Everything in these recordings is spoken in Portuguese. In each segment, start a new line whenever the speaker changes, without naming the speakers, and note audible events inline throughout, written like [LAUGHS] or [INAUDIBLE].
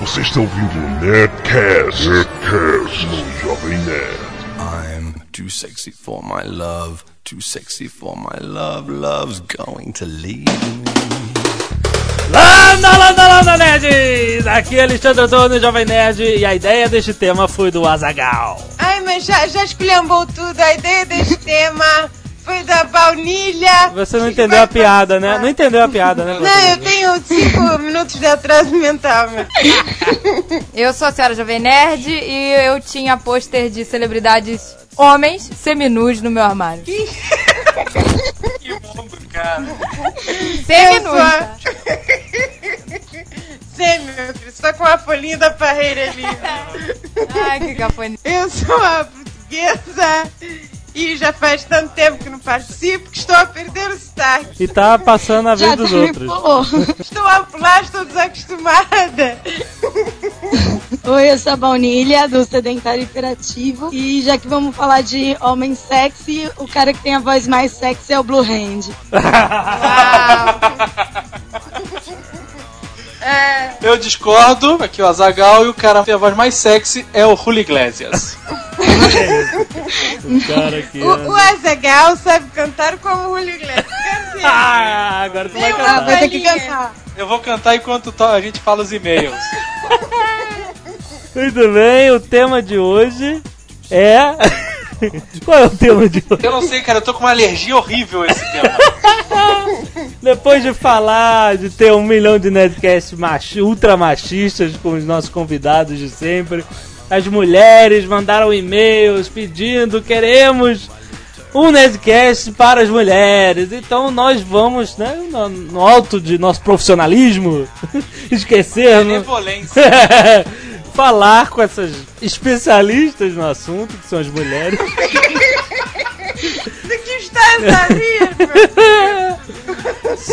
Você está ouvindo o Nerdcast, Nerdcast no Jovem Nerd.
I'm too sexy for my love, too sexy for my love, love's going to leave me.
Landa, landa, landa, nerds! Aqui é Alexandre Antônio, Jovem Nerd, e a ideia deste tema foi do Azagal.
Ai, mas já, já esculhambou tudo. A ideia desse tema foi da baunilha.
Você não entendeu a piada, né? Não entendeu a piada, né?
é. Não, eu tenho
[LAUGHS]
cinco minutos de atraso mental. meu.
Eu sou a senhora Jovem Nerd e eu tinha pôster de celebridades homens seminus no meu armário.
Eu sou
Seminus.
a... Sei, meu filho, só com a folhinha da parreira ali.
Ai, que cafone.
Eu sou a portuguesa e já faz tanto tempo que não participo que estou a perder o sotaque.
E tá passando a vez dos outros. [LAUGHS]
Estou a pular, estou desacostumada.
Oi, eu sou a Baunilha, do Sedentário Imperativo. E já que vamos falar de homem sexy, o cara que tem a voz mais sexy é o Blue Hand.
[LAUGHS] É,
Eu discordo, aqui o Azagal e o cara que tem a voz mais sexy é o Julio Iglesias.
Cara aqui.
o, o Azagal sabe cantar como o Julio Iglesias. Quer dizer,
Ah, agora tu vai
Meu
cantar.
Vai ter que
Baunilha.
cantar.
Eu vou cantar enquanto to- a gente fala os e-mails.
Muito bem, o tema de hoje é. [LAUGHS] Qual é o tema de hoje?
Eu não sei, cara, eu tô com uma alergia horrível a esse [LAUGHS] tema.
Depois de falar, de ter um milhão de nerdcasts machi, ultra machistas com os nossos convidados de sempre, as mulheres mandaram e-mails pedindo, queremos um nerdcast para as mulheres. Então nós vamos, né, no, no alto de nosso profissionalismo, [LAUGHS] esquecermos
Benevolência.
[LAUGHS] falar com essas especialistas no assunto, que são as mulheres.
do que está essa rifa?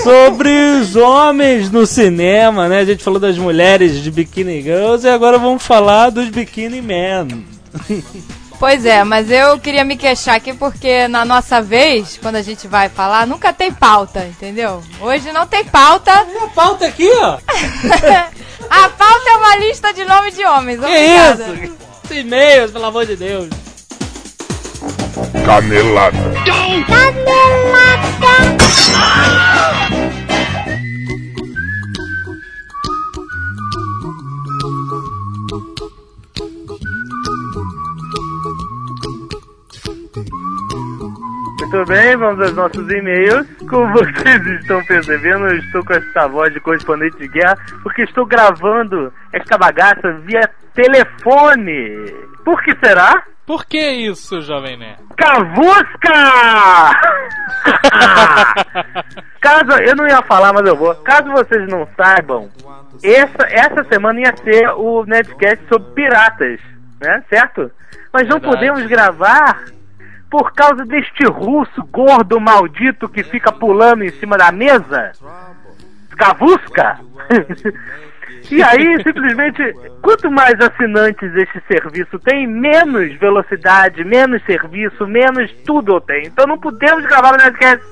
sobre os homens no cinema, né? A gente falou das mulheres de Bikini Girls e agora vamos falar dos Bikini Men.
Pois é, mas eu queria me queixar aqui porque na nossa vez, quando a gente vai falar, nunca tem pauta, entendeu? Hoje não tem pauta.
A pauta aqui, ó.
A pauta é uma lista de nomes de homens.
Que
Obrigada.
isso? Esses E-mails, pelo amor de Deus.
Canelada,
Muito bem, vamos aos nossos e-mails. Como vocês estão percebendo, eu estou com essa voz de correspondente de guerra porque estou gravando esta bagaça via telefone. Por que será?
Por que isso, jovem nerd?
Cavusca! Caso eu não ia falar, mas eu vou. Caso vocês não saibam, essa, essa semana ia ser o Nerdcast sobre piratas, né? Certo? Mas não podemos gravar por causa deste russo gordo maldito que fica pulando em cima da mesa. Cavusca! E aí, simplesmente, quanto mais assinantes este serviço tem, menos velocidade, menos serviço, menos tudo eu tenho. Então não podemos gravar o Nerdcast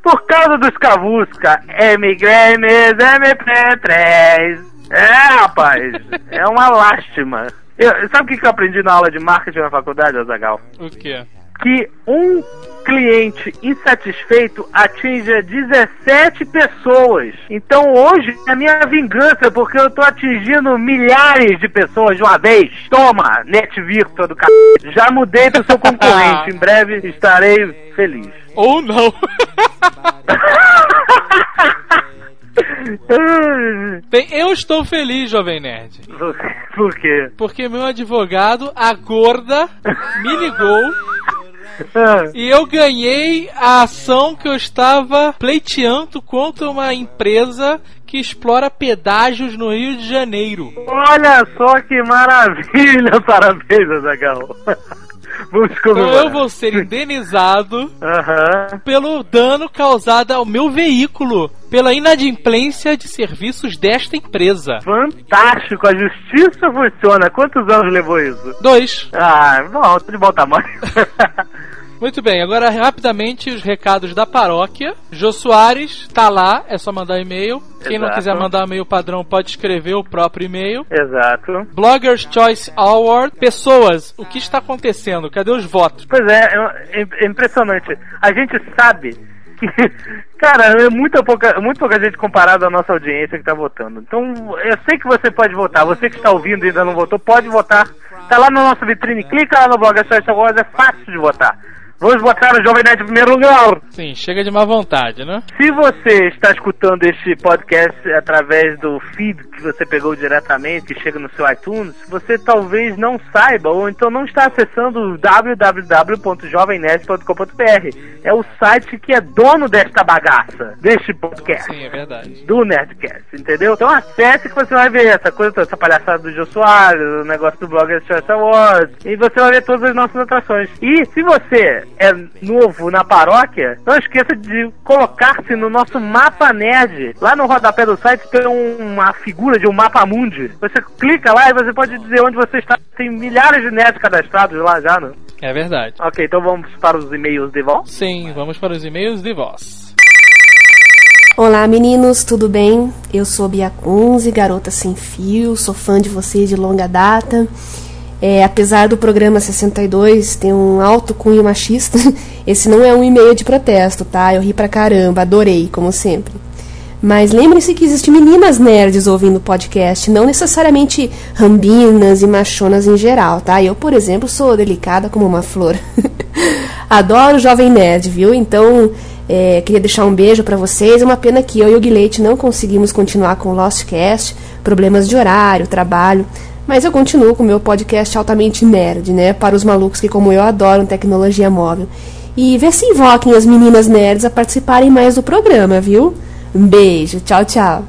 por causa dos Cavusca. M Games, MP3. É, rapaz, é uma lástima. Eu- sabe o que que eu aprendi na aula de marketing na faculdade, Azagal?
O quê?
que um cliente insatisfeito atinge 17 pessoas. Então hoje é a minha vingança, porque eu tô atingindo milhares de pessoas de uma vez. Toma, NetVirtua do c... Já mudei pro seu
[LAUGHS]
concorrente, em breve estarei feliz. [LAUGHS]
Ou não. [LAUGHS] Bem, eu estou feliz, jovem nerd.
Por quê?
Porque meu advogado, a gorda, me ligou
Ah,
E eu ganhei a ação que eu estava pleiteando contra uma empresa que explora pedágios no Rio de Janeiro.
Olha só que maravilha! [LAUGHS] Parabéns, Azagal. Vamos
Então
comemorar.
eu vou ser indenizado
Aham.
pelo dano causado ao meu veículo pela inadimplência de serviços desta empresa.
Fantástico, a justiça funciona. Quantos anos levou isso?
Dois.
Ah, bom, tô de bom tamanho.
Muito bem, agora rapidamente os recados da paróquia. Jô Soares tá lá, é só mandar e-mail. [LAUGHS] Quem não
Exato.
quiser mandar um e-mail padrão pode escrever o próprio e-mail.
Exato.
Bloggers Choice Award. Pessoas, o que está acontecendo? Cadê os votos?
Pois é, é, é impressionante. A gente sabe que, [LAUGHS] cara, é muito pouca, muito pouca gente comparada à nossa audiência que tá votando. Então, eu sei que você pode votar. Você que está ouvindo e ainda não votou, pode votar. Tá lá na nossa vitrine, clica lá no blog Achar Essa Voz, é fácil de votar. Vamos votar no Jovem Nerd em primeiro lugar.
Sim, chega de má vontade, né?
Se você está escutando este podcast através do feed que você pegou diretamente, que chega no seu iTunes, você talvez não saiba ou então não está acessando o www.jovemnerd.com.br. É o site que é dono desta bagaça, deste podcast.
Sim, é verdade.
Do Nerdcast, entendeu? Então acesse que você vai ver essa coisa, toda, essa palhaçada do Jô Soares, o negócio do blog Choice Awards, e você vai ver todas as nossas atrações. E se você é novo na paróquia, não esqueça de colocar-se no nosso mapa nerd. Lá no rodapé do site tem uma figura de um mapa mundi. Você clica lá e você pode dizer onde você está. Tem milhares de nerds cadastrados lá já, né?
É verdade.
Ok, então vamos para os e-mails de volta.
Sim, vamos para os e-mails de voz.
Olá meninos, tudo bem? Eu sou Bia Kunze, garota sem fio, sou fã de vocês de longa data. É, apesar do programa 62 ter um alto cunho machista, [LAUGHS] esse não é um e-mail de protesto, tá? Eu ri pra caramba, adorei, como sempre. Mas lembrem-se que existem meninas nerds ouvindo o podcast, não necessariamente rambinas e machonas em geral, tá? Eu, por exemplo, sou delicada como uma flor. [LAUGHS] Adoro o Jovem Nerd, viu? Então, é, queria deixar um beijo pra vocês. É uma pena que eu e o Guilherme não conseguimos continuar com o Lostcast, problemas de horário, trabalho. Mas eu continuo com o meu podcast altamente tá nerd, né? Para os malucos que, como eu, adoram tecnologia móvel. E vê se invoquem as meninas nerds a participarem mais do programa, viu? Um beijo, tchau, tchau.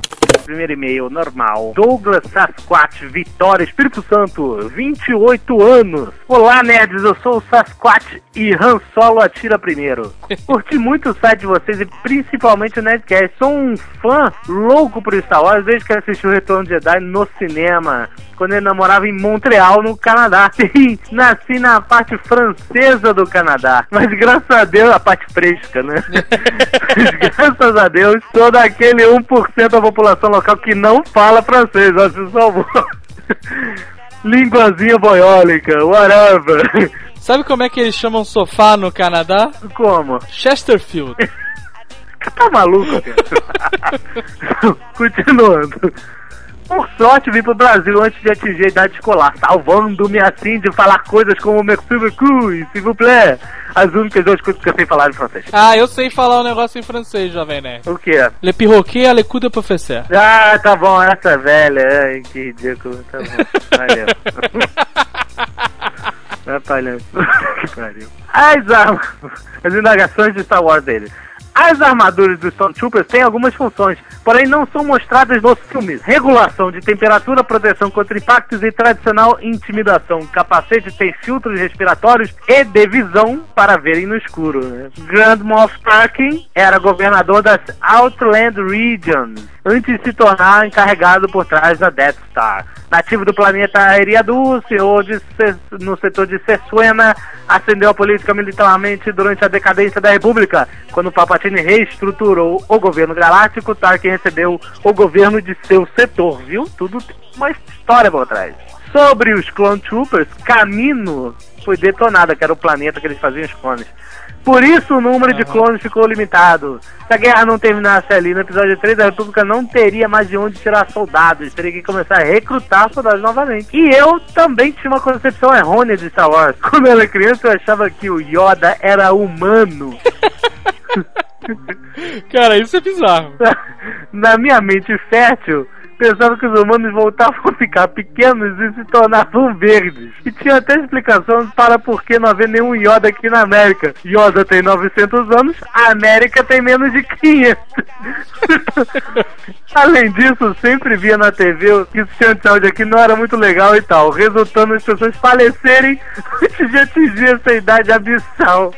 Primeiro e-mail normal. Douglas Sasquatch Vitória, Espírito Santo, 28 anos. Olá, nerds, eu sou o Sasquatch e Han Solo atira primeiro. Curti muito o site de vocês e principalmente o Nerdcast. Sou um fã louco por Star Wars desde que assisti o Retorno de Jedi no cinema. Quando ele namorava em Montreal, no Canadá. [LAUGHS] Sim, nasci na parte francesa do Canadá. Mas graças a Deus, a parte fresca, né? Mas graças a Deus, sou daquele 1% da população local que não fala francês, ó, se [LAUGHS] salvou. Linguazinha boiólica, whatever. [LAUGHS]
Sabe como é que eles chamam sofá no Canadá?
Como?
[LAUGHS] Chesterfield.
Tá maluco, cara? [LAUGHS] Continuando. Por sorte, vim pro Brasil antes de atingir a idade escolar, salvando-me assim de falar coisas como Mercure Cui, s'il vous plaît. As únicas duas coisas que eu sei falar em francês.
Ah, eu sei falar um negócio em francês, jovem nerd.
O que é?
Le perroquet à l'écoute de professeur.
Ah, tá bom, essa velha. Ai, que ridículo. Tá bom. Valeu. [LAUGHS] Atrapalhando. Né, [LAUGHS] que pariu. As, arma... As indagações de Star Wars dele. As armaduras dos Stormtroopers têm algumas funções, porém não são mostradas nos filmes. Regulação de temperatura, proteção contra impactos e tradicional intimidação. O capacete tem filtros respiratórios e de visão para verem no escuro. né? Grand Moff Tarkin era governador das Outland Regions, antes de se tornar encarregado por trás da Death Star. Nativo do planeta Eriadu, senhor de Se- no setor de Sessuena, ascendeu a política militarmente durante a decadência da República. Quando Palpatine reestruturou o governo galáctico, Tarkin recebeu o governo de seu setor, viu? Tudo tem uma história por trás. Sobre os Clone Troopers, Camino foi detonada, que era o planeta que eles faziam os clones. Por isso o número de clones ficou limitado. Se a guerra não terminasse ali no episódio 3, a República não teria mais de onde tirar soldados. Teria que começar a recrutar soldados novamente. E eu também tinha uma concepção errônea de Star Wars. [LAUGHS] Quando eu era criança, eu achava que o Yoda era humano.
[LAUGHS] Cara, isso é bizarro.
[LAUGHS] Na minha mente fértil, pensava que os humanos voltavam a ficar pequenos e se tornavam verdes. E tinha até explicação para por que não haver nenhum Yoda aqui na América. Yoda tem 900 anos, a América tem menos de 500. [LAUGHS] Além disso, eu sempre via na TV que o Chantal de aqui não era muito legal e tal, resultando as pessoas falecerem [LAUGHS] antes de atingir essa idade abissal.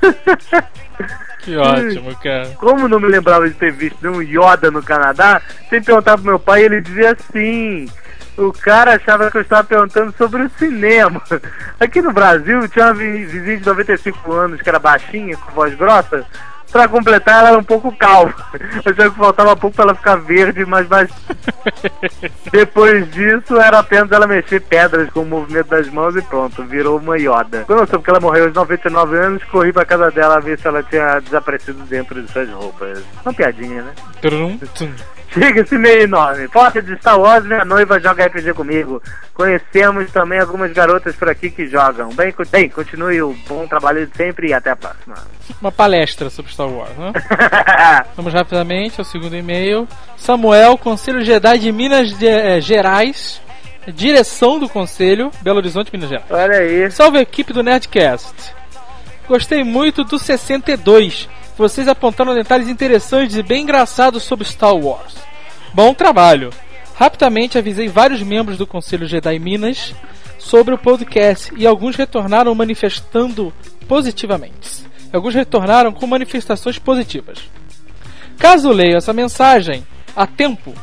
[LAUGHS]
Que ótimo, cara.
Como não me lembrava de ter visto um Yoda no Canadá, sem perguntar pro meu pai, ele dizia assim: O cara achava que eu estava perguntando sobre o cinema. [LAUGHS] Aqui no Brasil tinha uma vi- vizinha de 95 anos que era baixinha, com voz grossa. Pra completar, ela era um pouco [LAUGHS] calva. Achava que faltava pouco pra ela ficar verde, mas mais. Depois disso, era apenas ela mexer pedras com o movimento das mãos e pronto, virou uma ioda. Quando eu soube que ela morreu aos 99 anos, corri pra casa dela ver se ela tinha desaparecido dentro de suas roupas. Uma piadinha, né? [LAUGHS]
Trum, tum.
Chega esse meio enorme. Foto de Star Wars, minha noiva joga RPG comigo. Conhecemos também algumas garotas por aqui que jogam. Bem, co- bem continue o bom trabalho de sempre e até a próxima. [LAUGHS]
Uma palestra sobre Star Wars, né? Vamos rapidamente ao segundo e-mail. Samuel, Conselho Jedi de Minas Ge- eh, Gerais, direção do Conselho, Belo Horizonte, Minas Gerais.
Olha aí.
Salve equipe do Nerdcast. Gostei muito do 62. Vocês apontaram detalhes interessantes e bem engraçados sobre Star Wars. Bom trabalho. Rapidamente avisei vários membros do Conselho Jedi Minas sobre o podcast e alguns retornaram manifestando positivamente. Alguns retornaram com manifestações positivas. Caso leia essa mensagem a tempo,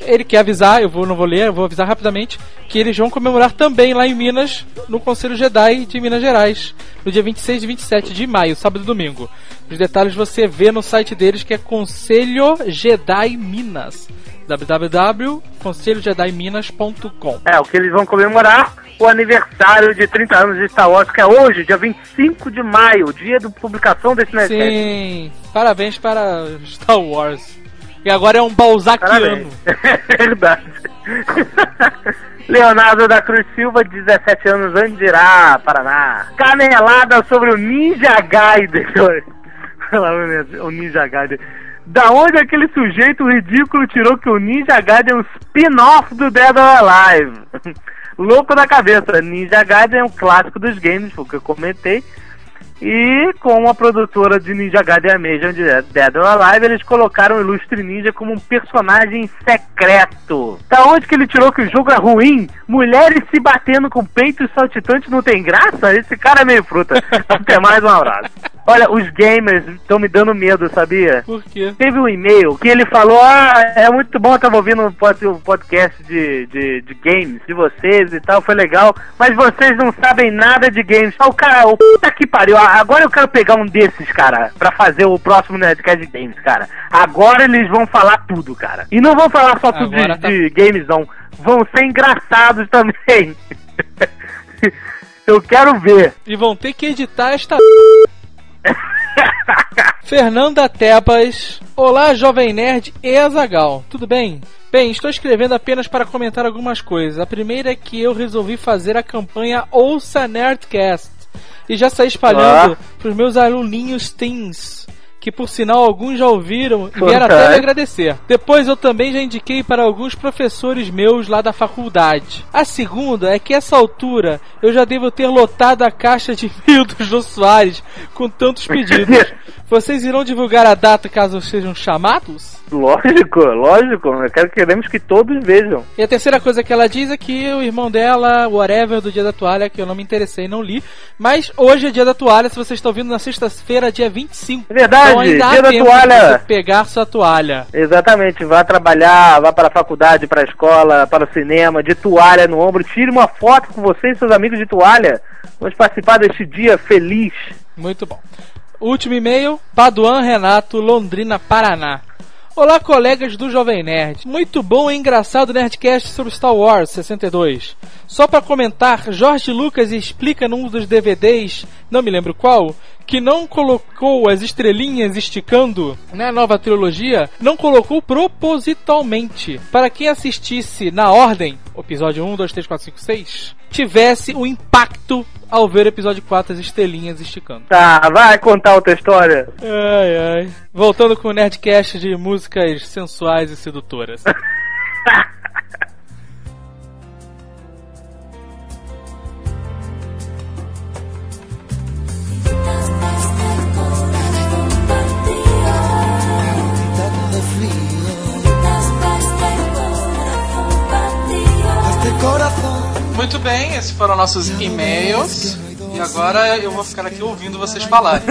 ele quer avisar, eu vou, não vou ler, eu vou avisar rapidamente, que eles vão comemorar também lá em Minas, no Conselho Jedi de Minas Gerais, no dia 26 e 27 de maio, sábado e domingo. Os detalhes você vê no site deles que é Conselho Jedi Minas, www.conselhojediminas.com.
É, o que eles vão comemorar o aniversário de 30 anos de Star Wars, que é hoje, dia 25 de maio, dia da publicação desse Nerdcast.
Sim, parabéns para Star Wars. E agora é um Balzaciano.
Parabéns. [LAUGHS] É Verdade. [LAUGHS] Leonardo da Cruz Silva, 17 anos, Andirá, Paraná. Canelada sobre o Ninja Gaiden. [LAUGHS] Pelo amor de Deus, o Ninja Gaiden. Da onde aquele sujeito ridículo tirou que o Ninja Gaiden é um spin-off do Dead or Alive? [LAUGHS] Louco da cabeça. Ninja Gaiden é um clássico dos games, foi o que eu comentei. E com a produtora de Ninja Gaiden a mesma de Dead or Alive, eles colocaram o Ilustre Ninja como um personagem secreto. Da onde que ele tirou que o jogo é ruim? Mulheres se batendo com peitos saltitantes não tem graça? Esse cara é meio fruta. [LAUGHS] Até mais um abraço. Olha, os gamers estão me dando medo, sabia?
Por quê?
Teve um e-mail que ele falou: Ah, é muito bom, eu tava ouvindo um pod- um podcast de, de, de games de vocês e tal, foi legal, mas vocês não sabem nada de games. Ah, o cara, o puta que pariu, ah, agora eu quero pegar um desses, cara, pra fazer o próximo Nerdcast de games, cara. Agora eles vão falar tudo, cara. E não vão falar só tudo
Agora
de,
tá-
de games, não. Vão ser engraçados também. [LAUGHS] eu quero ver.
E vão ter que editar esta. [LAUGHS] Fernanda Tebas. Olá, jovem nerd e Azagal. Tudo bem? Bem, estou escrevendo apenas para comentar algumas coisas. A primeira é que eu resolvi fazer a campanha Ouça Nerdcast e já saí espalhando para os meus aluninhos teens. Que por sinal alguns já ouviram e vieram até me
Fantástico.
agradecer. Depois eu também já indiquei para alguns professores meus lá da faculdade. A segunda é que essa altura eu já devo ter lotado a caixa de [LAUGHS] e-mail do Jô Soares com tantos pedidos. Vocês irão divulgar a data caso sejam chamados?
Lógico, lógico, eu quero, queremos que todos vejam.
E a terceira coisa que ela diz é que o irmão dela, o whatever do dia da toalha, que eu não me interessei, não li. Mas hoje é dia da toalha, se vocês estão vindo na sexta-feira, dia 25.
É verdade,
então ainda há
dia da
tempo né?
toalha.
de você pegar sua toalha.
Exatamente, vá trabalhar, vá para a faculdade, para a escola, para o cinema, de toalha no ombro, tire uma foto com você e seus amigos de toalha. Vamos participar deste dia feliz.
Muito bom. Último e-mail, Paduan Renato, Londrina, Paraná. Olá, colegas do Jovem Nerd. Muito bom e engraçado Nerdcast sobre Star Wars 62. Só pra comentar, Jorge Lucas explica num dos DVDs, não me lembro qual, que não colocou as estrelinhas esticando na nova trilogia, não colocou propositalmente. Para quem assistisse na ordem, episódio 1, 2, 3, 4, 5, 6, tivesse o impacto ao ver o episódio 4 as estrelinhas esticando.
Tá, vai contar outra história.
Ai, ai. Voltando com o Nerdcast de músicas sensuais e
[LAUGHS]
sedutoras. Muito bem, esses foram nossos e-mails.
E agora eu vou ficar aqui ouvindo vocês falarem.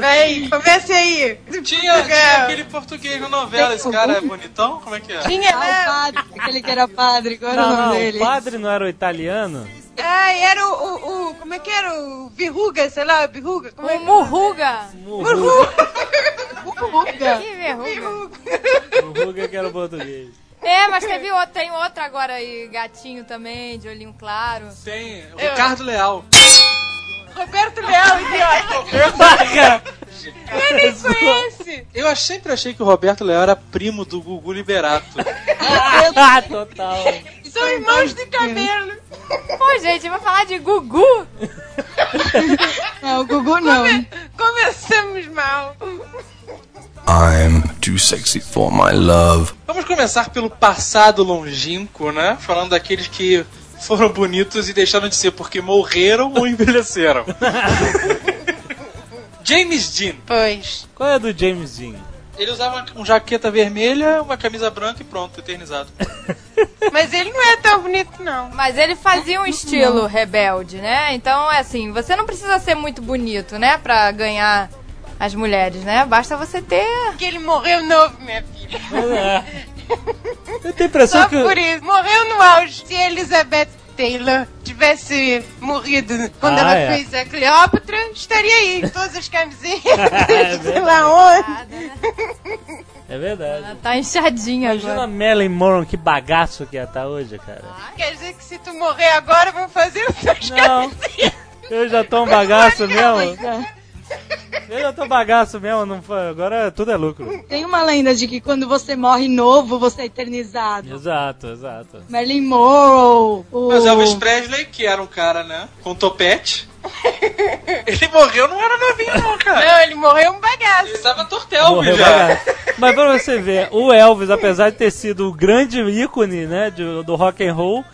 Vem, comece aí.
Tinha, tinha aquele português na novela, esse cara é bonitão? Como é que é?
Tinha,
Ah, o
né?
padre, aquele que era padre, qual era o
Não,
nome
não,
dele?
o padre não era o italiano?
Ai, era o, o, o- Como é que era? O Verruga, sei lá, Verruga? Como é
O
que
Um Murruga.
Ruga.
Que verruga.
O Ruga que era o
[LAUGHS]
português. [LAUGHS]
É, mas teve outra, tem outra agora aí, gatinho também, de olhinho claro.
Tem o Ricardo Leal.
Roberto Leal, é idiota. Eu nem conhece.
Eu sempre achei que o Roberto Leal era primo do Gugu Liberato.
ah, total.
São irmãos de cabelo.
Pô, gente, vou falar de Gugu.
Não, o Gugu não.
Começamos mal.
I'm too sexy for my love.
[LAUGHS] Vamos começar pelo passado longínquo, né? Falando daqueles que foram bonitos e deixaram de ser porque morreram ou envelheceram. [LAUGHS] James Dean.
Pois.
Qual é a do James Dean?
Ele usava uma, uma jaqueta vermelha, uma camisa branca e pronto, eternizado.
Mas ele não é tão bonito, não.
Mas ele fazia um estilo rebelde, né? Então, é assim, você não precisa ser muito bonito, né? Pra ganhar as mulheres, né? Basta você ter...
Porque ele morreu novo, minha filha.
é. Eu tenho a impressão
Só
que. o-
por isso. Morreu no auge. Se Elizabeth Taylor tivesse morrido quando
Ah,
ela
é.
fez a Cleópatra, estaria [LAUGHS] aí. em Todas as camisetas, sei
verdade.
lá onde.
É verdade.
Tá inchadinha
Imagina a
agora.
Marilyn Monroe, que bagaço que ia tá hoje,
[LAUGHS]
cara.
Quer dizer que se tu morrer agora, vão fazer as suas
Não. Eu já tô um bagaço mesmo.
é,
Eu já tô um bagaço mesmo, não foi. Agora tudo é lucro.
Tem uma lenda de que quando você morre novo, você é eternizado.
Exato, exato.
Marilyn Monroe. O...
é
Mas é Elvis Presley, que era um cara, né? Com topete. ele morreu, não era novinho, não, cara.
Não, ele morreu um bagaço.
Ele tava tortelmo
Morreu
já.
bagaço. Mas pra você ver, o Elvis, apesar de ter sido o grande ícone, né, de- do rock and roll,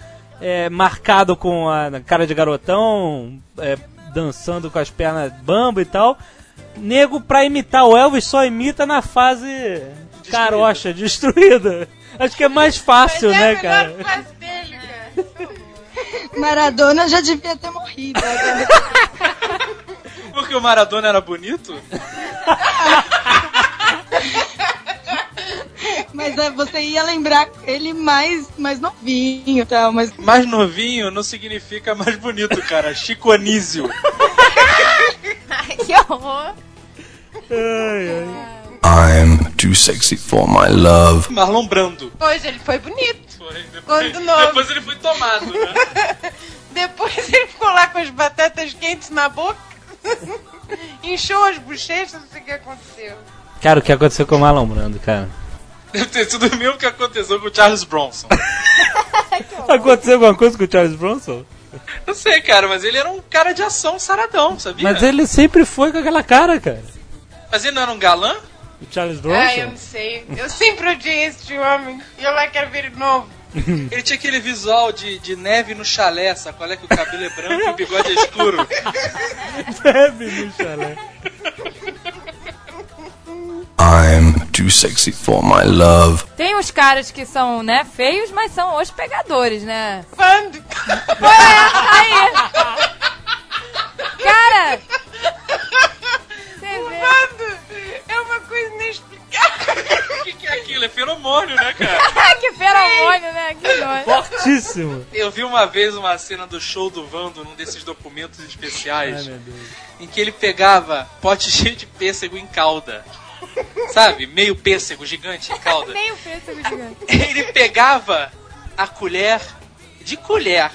é, marcado com a cara de garotão, é, dançando com as pernas bamba e tal, nego pra imitar o Elvis só imita na fase carocha, destruída. Acho que é mais fácil,
Mas é
né,
a
cara?
melhor fase dele, cara.
Maradona já devia ter morrido. né?
Porque o Maradona era bonito?
[LAUGHS] Mas é, você ia lembrar ele mais, mais novinho e tal. Mas
Mais novinho não significa mais bonito, cara. Chico Anísio.
Que horror.
I'm too sexy for my love.
Marlon Brando.
Pois ele foi bonito.
Foi, depois,
Quando novo. [LAUGHS]
depois ele foi tomado, né?
Depois ele ficou lá com as batatas quentes na boca. [LAUGHS] Inchou as bochechas, não sei o que aconteceu.
Cara, o que aconteceu com o Marlon Brando, cara?
Deve ter sido o mesmo que aconteceu com o Charles Bronson.
Aconteceu alguma coisa com o Charles Bronson?
Não sei, cara, mas ele era um cara de ação saradão, sabia?
Mas ele sempre foi com aquela cara, cara.
Mas ele não era um galã?
O Charles
Ah, eu não
Bronson? [LAUGHS]
sei. Eu sempre odiei esse homem. E eu lá quero ver ele novo.
Ele tinha aquele visual de, de neve no chalé, qual é que o cabelo é branco e [LAUGHS] o bigode é escuro.
Deve no chalé.
I'm too sexy for my love.
Tem os caras que são, né, feios, mas são os pegadores, né?
Quando?
Foi essa aí. Cara. Você vê.
Quando? É uma coisa inexplicável.
O que, que é aquilo? É feromônio, né, cara?
que feromônio, né? Que doido.
Fortíssimo.
Eu vi uma vez uma cena do show do Vando, num desses documentos
É
especiais, em que ele pegava pote [LAUGHS] cheio de pêssego em calda. Sabe? Meio pêssego gigante
[LAUGHS]
em calda.
Nem o tá pêssego gigante.
ele pegava a colher de colher,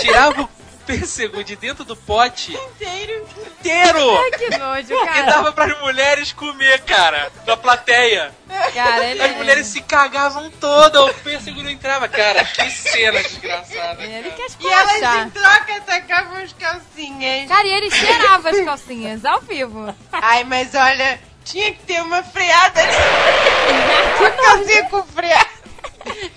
tirava o pêssego de dentro do pote
Inteiro.
inteiro
Ai, que nojo,
e
cara.
dava pras mulheres comer, cara, na plateia.
Cara, ele
As mulheres se cagavam toda, o pêssego não entrava. Cara, que cena desgraçada.
Ele
Cara.
quer
E elas
esculachar.
em troca atacavam as calcinhas.
Cara, e ele cheirava as calcinhas ao vivo.
Ai, mas olha, tinha que ter uma freada. Uma calcinha com freada.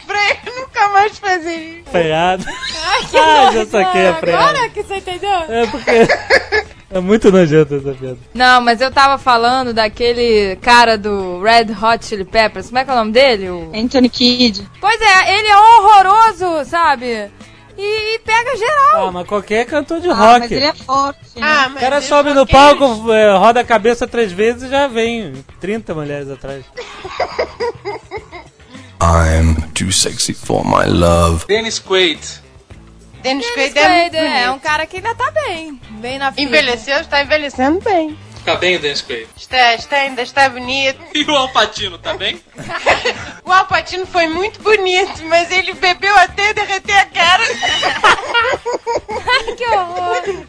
Pra eu nunca mais fazer isso.
Freado.
Ai, que
Ah,
nojo.
já saquei a
Agora
freada.
que você entendeu?
É porque. É muito nojento essa piada.
Não, mas eu tava falando daquele cara do Red Hot Chili Peppers. Como é que é o nome dele? O-
Anthony Kidd.
Pois é, ele é horroroso, sabe? e, e pega geral.
Ah, mas qualquer cantor de
Ah,
rock.
mas ele é
forte. né?
Ah,
O
mas
cara
ele
sobe no
porque
palco, eh, roda a cabeça três vezes e já vem 30 mulheres atrás.
I'm too sexy for my love.
Dennis Quaid.
Dennis
Dennis
Quaid é,
Quaid, é, um
um...
cara que ainda tá bem. Bem na fita.
Envelheceu, está envelhecendo bem.
Tá bem o Dennis Quaid?
Está, está, ainda está bonito.
E o Alpatino, tá bem?
O Alpatino foi muito bonito, mas ele bebeu até derreter a cara.
Ai, que horror.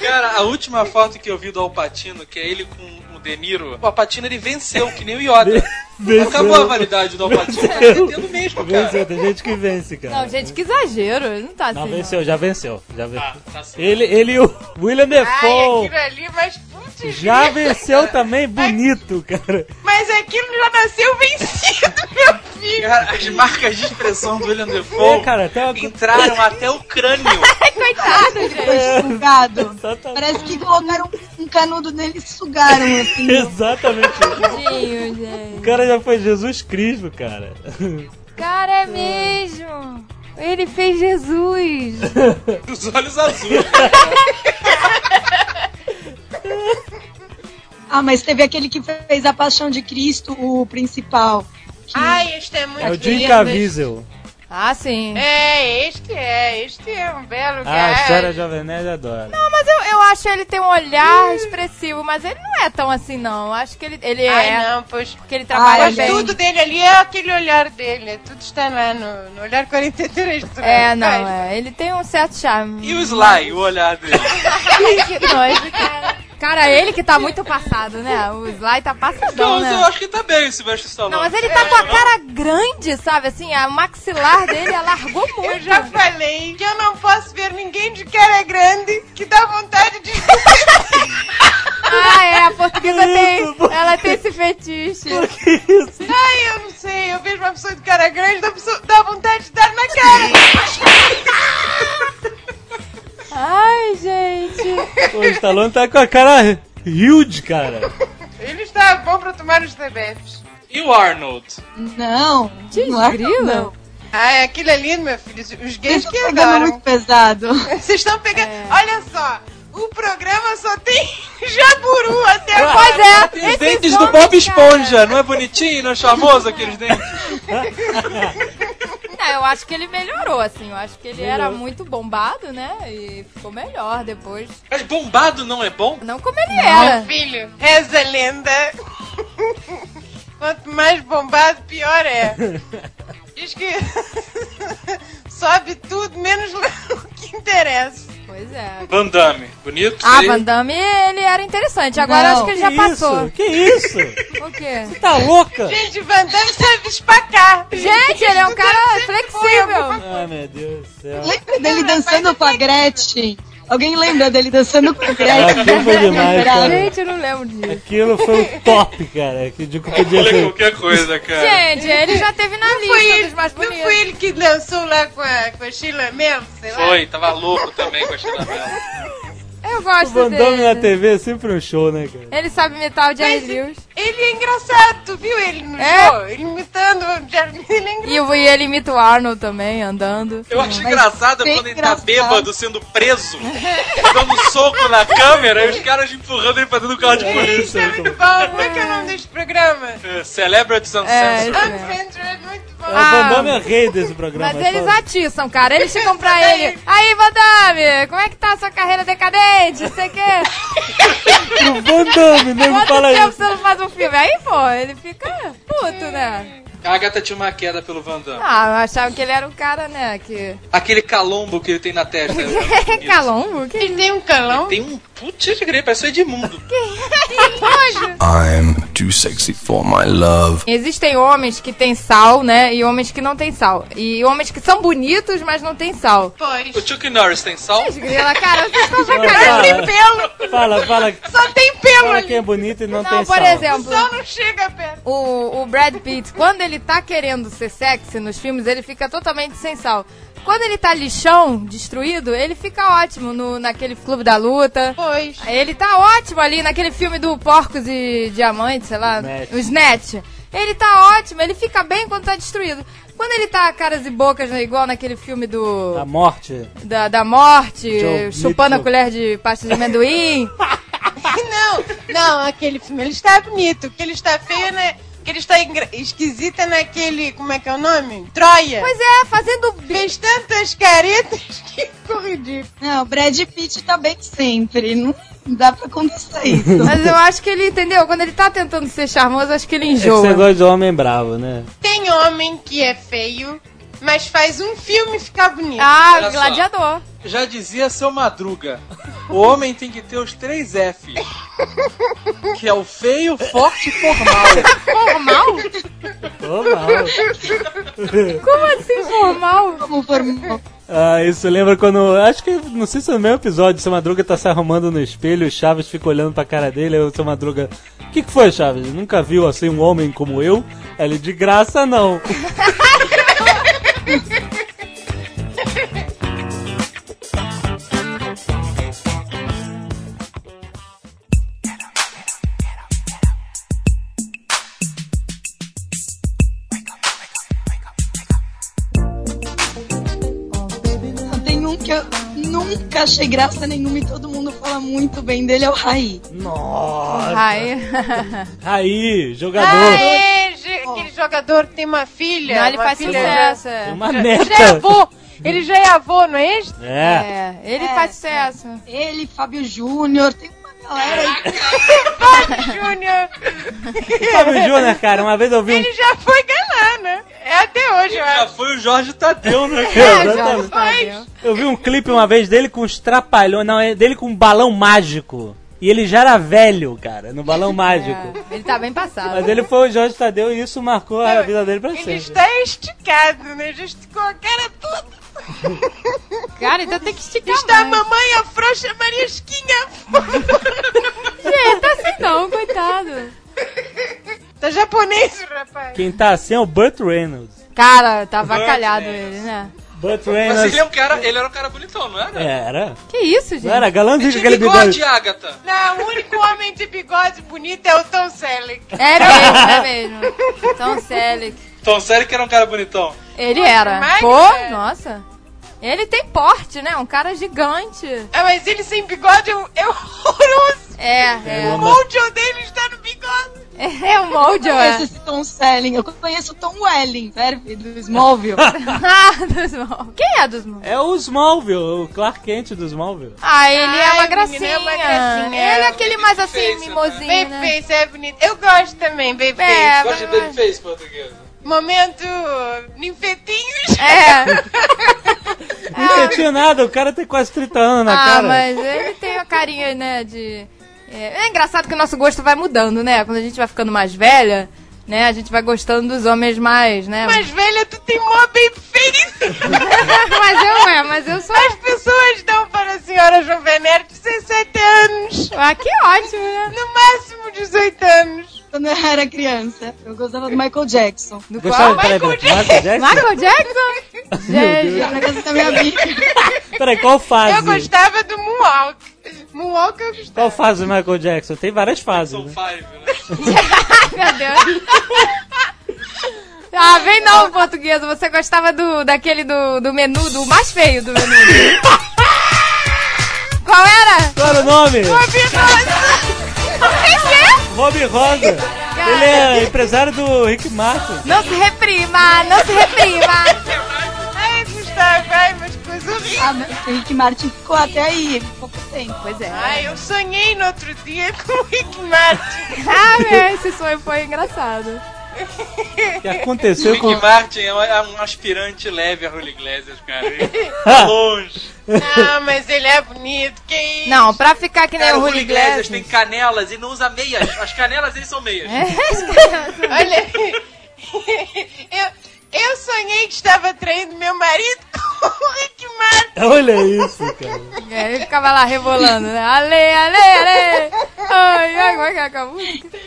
Cara, a última foto que eu vi do Alpatino, que é ele com o De Niro, o Alpatino ele venceu, que nem o Yoda.
Venceu.
Acabou a validade do Alpatino, tá vendendo mesmo, cara.
Venceu, tem gente que vence, cara.
Não, gente, que exagero. Ele não tá
Não,
assim.
venceu, já venceu. Já venceu.
Tá, tá certo.
Ele, ele, e o William
Ai, é
Defoe
aquilo ali, mas putz.
já venceu também, bonito, cara.
Mas aquilo já nasceu vencido, [LAUGHS] meu filho.
Cara, as marcas de expressão do William Defoe
É, cara, até uma...
entraram até o crânio.
[LAUGHS]
Coitado, gente.
Foi sugado.
Exatamente.
Parece que colocaram um canudo nele e sugaram, assim.
Exatamente.
Tadinho,
O
gente.
cara já foi Jesus Cristo, cara.
Cara, é mesmo. Ele fez Jesus.
Os olhos azuis.
Ah, mas teve aquele que fez a Paixão de Cristo, o principal.
Ai, este é muito
É o Jim
lindo.
Caviezel.
Ah, sim.
É, este é, este é um belo
Ah,
cara.
a senhora Jovenel adora.
Não, mas eu, eu acho ele tem um olhar expressivo, mas ele não é tão assim, não. Eu acho que ele, ele é.
Ai, não, pois.
Porque ele trabalha
Ai,
Mas
bem.
tudo dele ali é aquele olhar dele. Tudo está lá no, no olhar 43 do
É,
rapaz.
não, é. Ele tem um certo charme.
E o Sly, o olhar dele.
Ai, que nojo, cara. Cara, ele que tá muito passado, né? O Sly tá passadão,
Não, mas eu
né?
acho que tá bem o Sylvester Stallone.
Não, mas ele tá com a cara grande, sabe? Assim, a maxilar dele alargou
Eu
muito.
já falei que eu não posso ver ninguém de cara grande que dá vontade de. [LAUGHS]
Ah, é, a portuguesa tem. Ela tem esse fetiche.
Ai, eu não sei. Eu vejo uma pessoa de cara grande, dá, pessoa- dá vontade de dar na cara.
[LAUGHS] Ai, gente.
O Stallone tá com a cara huge, cara.
Ele está bom pra tomar os bebês.
E o Arnold?
Não, não é
Desgrila?
não.
Ai, Ah, é, aquilo ali, meu filho, os
Eles
gays que é
estão pegando
adoram.
muito
[LAUGHS]
pesado.
Vocês estão pegando. Olha só, o programa só tem [LAUGHS] jaburu até
Pois
agora.
é,
Tem os
esses
dentes do
homens,
Bob Esponja, não é bonitinho, não é charmoso aqueles dentes?
cara. Não, É, eu acho que ele melhorou, assim. Eu acho que ele era muito bombado, né? E ficou melhor depois.
Mas bombado não é bom?
Não como ele era.
Meu filho, reza a lenda. Quanto mais bombado, pior é. Diz que [LAUGHS] sobe tudo, menos [LAUGHS] o que interessa.
Pois é.
Van Damme, bonito?
Ah,
Ele-
Van Damme, ele era interessante. Agora
Não.
acho que ele [LAUGHS] já
que
passou.
isso? Que isso?
O quê?
[LAUGHS] Tá louca?
Gente, Van Damme sabe espacar.
Gente, ele é um cara flexível.
Ai, Ah, meu Deus do céu.
Lembra dele
é
dançando com a Gretchen? Alguém lembra dele dançando com a Gretchen? Né?
Aquilo É foi demais, cara.
Gente, eu não lembro disso.
Aquilo foi o top, cara. Que digo que podia
Olha
ser.
qualquer coisa,
É.
cara.
Gente, ele já teve na
Foi
lista
ele,
dos mais
não foi
bonitos.
ele que dançou lá com a, com a Sheila mesmo, sei lá.
Foi, tava louco também com a Sheila Mello.
Eu
O
gosto
Van Damme na
dele.
TV é sempre um show, né, cara?
Ele sabe imitar o Jerry
Mas-
Lewis.
Ele é engraçado, tu viu ele no
É?
show? Ele imitando o Jeremy, [LAUGHS] ele é engraçado.
E, o- e ele imita o Arnold também, andando.
Eu acho
Mas
engraçado
bem
quando ele tá
engraçado.
bêbado sendo preso, dando um soco na câmera e os caras empurrando ele pra dentro do carro de polícia.
Isso é muito
Muito bom, como é que é o nome desse programa?
É, Celebrities
É,
Uncensored.
isso mesmo.
Uncensored, muito bom.
O Van
Ah,
Damme é rei desse programa.
Mas eles
fala.
atiçam, cara. Eles
[LAUGHS]
ficam pra ele. Aí, Van Damme, como é que tá a sua carreira decadente? Não sei o quê.
[LAUGHS] O Van Damme, nego
Quanto
fala
tempo
isso.
você não faz um filme? Aí, pô, ele fica puto, né?
A Agatha tinha uma queda pelo Van Damme.
Ah, eu achava que ele era um cara, né, que... [LAUGHS]
Aquele calombo que ele tem na testa. Isso.
Calombo? Que
Ele tem um calão?
Tem um putz de grego, parece o Edmundo.
I'm too sexy for my love.
Existem homens que têm sal, né? E homens que não têm sal. E homens que são bonitos, mas não têm sal.
Pois.
O Chuck Norris tem sal?
Grila, cara, vocês estão
Fala,
sacanagem.
Pelo,
Fala, fala,
só tem pelo
fala
ali.
quem é bonito e não,
Não,
tem
por
sal.
O
exemplo,
sol não chega perto.
o, o Brad Pitt, quando ele tá querendo ser sexy nos filmes, ele fica totalmente sem sal. Quando ele tá lixão, destruído, ele fica ótimo no, naquele clube da luta.
Pois. [LAUGHS]
Ele tá ótimo ali naquele filme do Porcos e Diamantes, sei lá,
Snatch.
o Snatch. Ele tá ótimo, ele fica bem quando tá destruído. Quando ele tá caras e bocas, né, igual naquele filme do.
A morte. É
Da, da morte,
Joe
chupando
Mitchell.
a colher de pasta
[LAUGHS]
de amendoim.
não, não, aquele filme ele está bonito. O que ele está feio é. na- o Que ele está engra- esquisito é naquele. Como é que é o nome? Troia.
Pois é, fazendo.
Fez tantas caretas que ficou ridículo.
Não, o Brad Pitt tá bem sempre. Não dá pra
[LAUGHS]
acontecer isso.
Mas eu acho que ele, entendeu? Quando ele tá tentando ser charmoso, acho que ele
É Esse
enjoa.
negócio de homem bravo,
[LAUGHS]
né?
Tem homem que é feio, mas faz um filme ficar bonito.
Ah,
Olha só.
gladiador.
Já dizia seu Madruga: o homem tem que ter os três F. Que é o feio, forte e formal.
Formal?
Ô, mal.
Como assim formal?
Como formou.
Ah, isso lembra quando. Acho que. Não sei se é no mesmo episódio. O seu Madruga tá se arrumando no espelho. O Chaves fica olhando pra cara dele. Aí o seu Madruga. O que, que foi, Chaves? Nunca viu assim um homem como eu? Aí Ele, de graça não.
Tem um que eu nunca achei graça nenhuma e todo mundo fala muito bem dele, é o Raí.
Nossa.
Ai.
Aí, jogador.
Ah, é, ge- aquele jogador que tem uma filha.
Não, ele
é uma
faz
filha
sucesso.
É
é.
uma
Já, já é
meta.
avô. Ele já é avô, não é
[LAUGHS]
isso?
É.
É, ele
É.
faz sucesso.
Ele, Fábio Júnior, tem uma galera aí.
Júnior.
Fábio Júnior, cara, uma vez eu vi um.
Ele já foi galã, né? É até hoje, eu
Já
acho.
foi o Jorge Tadeu, né?
É,
Exatamente.
Jorge Tadeu.
Eu vi um clipe uma vez dele com os trapalhões. Não, é dele com um balão mágico. E ele já era velho, cara, no balão mágico.
É, ele tá bem passado.
Mas ele foi o Jorge Tadeu e isso marcou a vida dele pra
Ele
sempre.
está esticado, né? Já esticou a cara toda.
Cara, então tem que esticar
Está a
mais.
mamãe, a frouxa, a marisquinha.
Gente, tá assim não, coitado.
[LAUGHS] Tá japonês, rapaz.
Quem tá assim é o Burt Reynolds.
Cara, tá avacalhado ele, né?
Burt
Mas ele,
Reynolds. É,
é um cara, ele era um cara bonitão, não era?
Era.
Que isso, gente?
Não era galãzinho com
Tinha
aquele
bigode,
bigode.
Agatha.
Não, o único homem de bigode bonito é o Tom Selleck.
É mesmo, é mesmo. Tom Selleck.
Tom sério que era um cara bonitão.
Ele era.
mais,
Pô,
cara.
nossa. Ele tem porte, né? Um cara gigante.
Ah, mas ele sem bigode é [LAUGHS] um- é horroroso.
É,
O
é.
mojo dele está no bigode.
É, o molde,
Eu
é.
conheço esse Tom Selling, eu conheço o Tom Welling, serve? Do Smallville.
[LAUGHS] Ah, dos Small. Quem é dos Small?
É o Smallville, o Clark Kent do Smallville.
Ah, ele é
Ai,
uma
menina,
gracinha.
é uma gracinha.
Ele é aquele mais assim,
Babyface,
mimosinho, né?
Babyface é bonito. Eu gosto também, Babyface.
É,
Gosta de babyface português.
Momento ninfetinhos.
[LAUGHS] É.
Não tinha nada, o cara tem quase 30 anos na
Ah,
cara.
mas ele tem a carinha, né, de... É, é engraçado que o nosso gosto vai mudando, né? Quando a gente vai ficando mais velha, né, a gente vai gostando dos homens mais, né? [LAUGHS]
Mas velha, tu tem mó Babyface.
Mas eu, é, mas eu sou...
As pessoas dão para a senhora Jovem Nerd 17 anos.
Ah, que ótimo, né?
No máximo 18 anos.
Quando eu era criança, eu gostava do
[LAUGHS]
Michael Jackson.
Do
Gostava
qual?
de peraí, peraí, Michael Jackson?
Michael
[LAUGHS]
Jackson? Gente,
Na casa da minha amiga.
Peraí, qual
Eu
fase?
gostava do Moonwalk. Moonwalk eu gostava.
Qual fase do Michael Jackson? Tem várias fases.
São
Né?
five, né?
meu Deus. [LAUGHS] Ah, vem não, português. Você gostava do, daquele do, do menu, do mais feio do menu. Qual era?
Qual era o nome?
Quem é?
Robbie Rosa. Ele é empresário do Rick Martin.
Não se reprima, não se reprima.
Ai, Gustavo, ai, mas coisa horrível.
Ah, mas o Rick Martin ficou até aí, pouco tempo.
Pois é.
Ai, eu sonhei no outro dia com o Rick Martin.
[LAUGHS] Ah, meu, esse sonho foi engraçado.
O que aconteceu
Rick
com. [LAUGHS]
Martin é um- é um aspirante leve a Julio Iglesias, [LAUGHS] cara. Ele tá
Ah,
longe.
Não, mas ele é bonito, que isso?
Não, pra ficar que nem
Cara,
o Julio Iglesias.
é tem canelas e não usa meias. As canelas dele são meias.
É. [LAUGHS]
Olha, eu, eu sonhei que estava traindo meu marido com o Rick Martin.
Olha isso, cara.
É, ele ficava lá rebolando, né? Ale, ale, ale. Ai, ai, como é que é aquela música?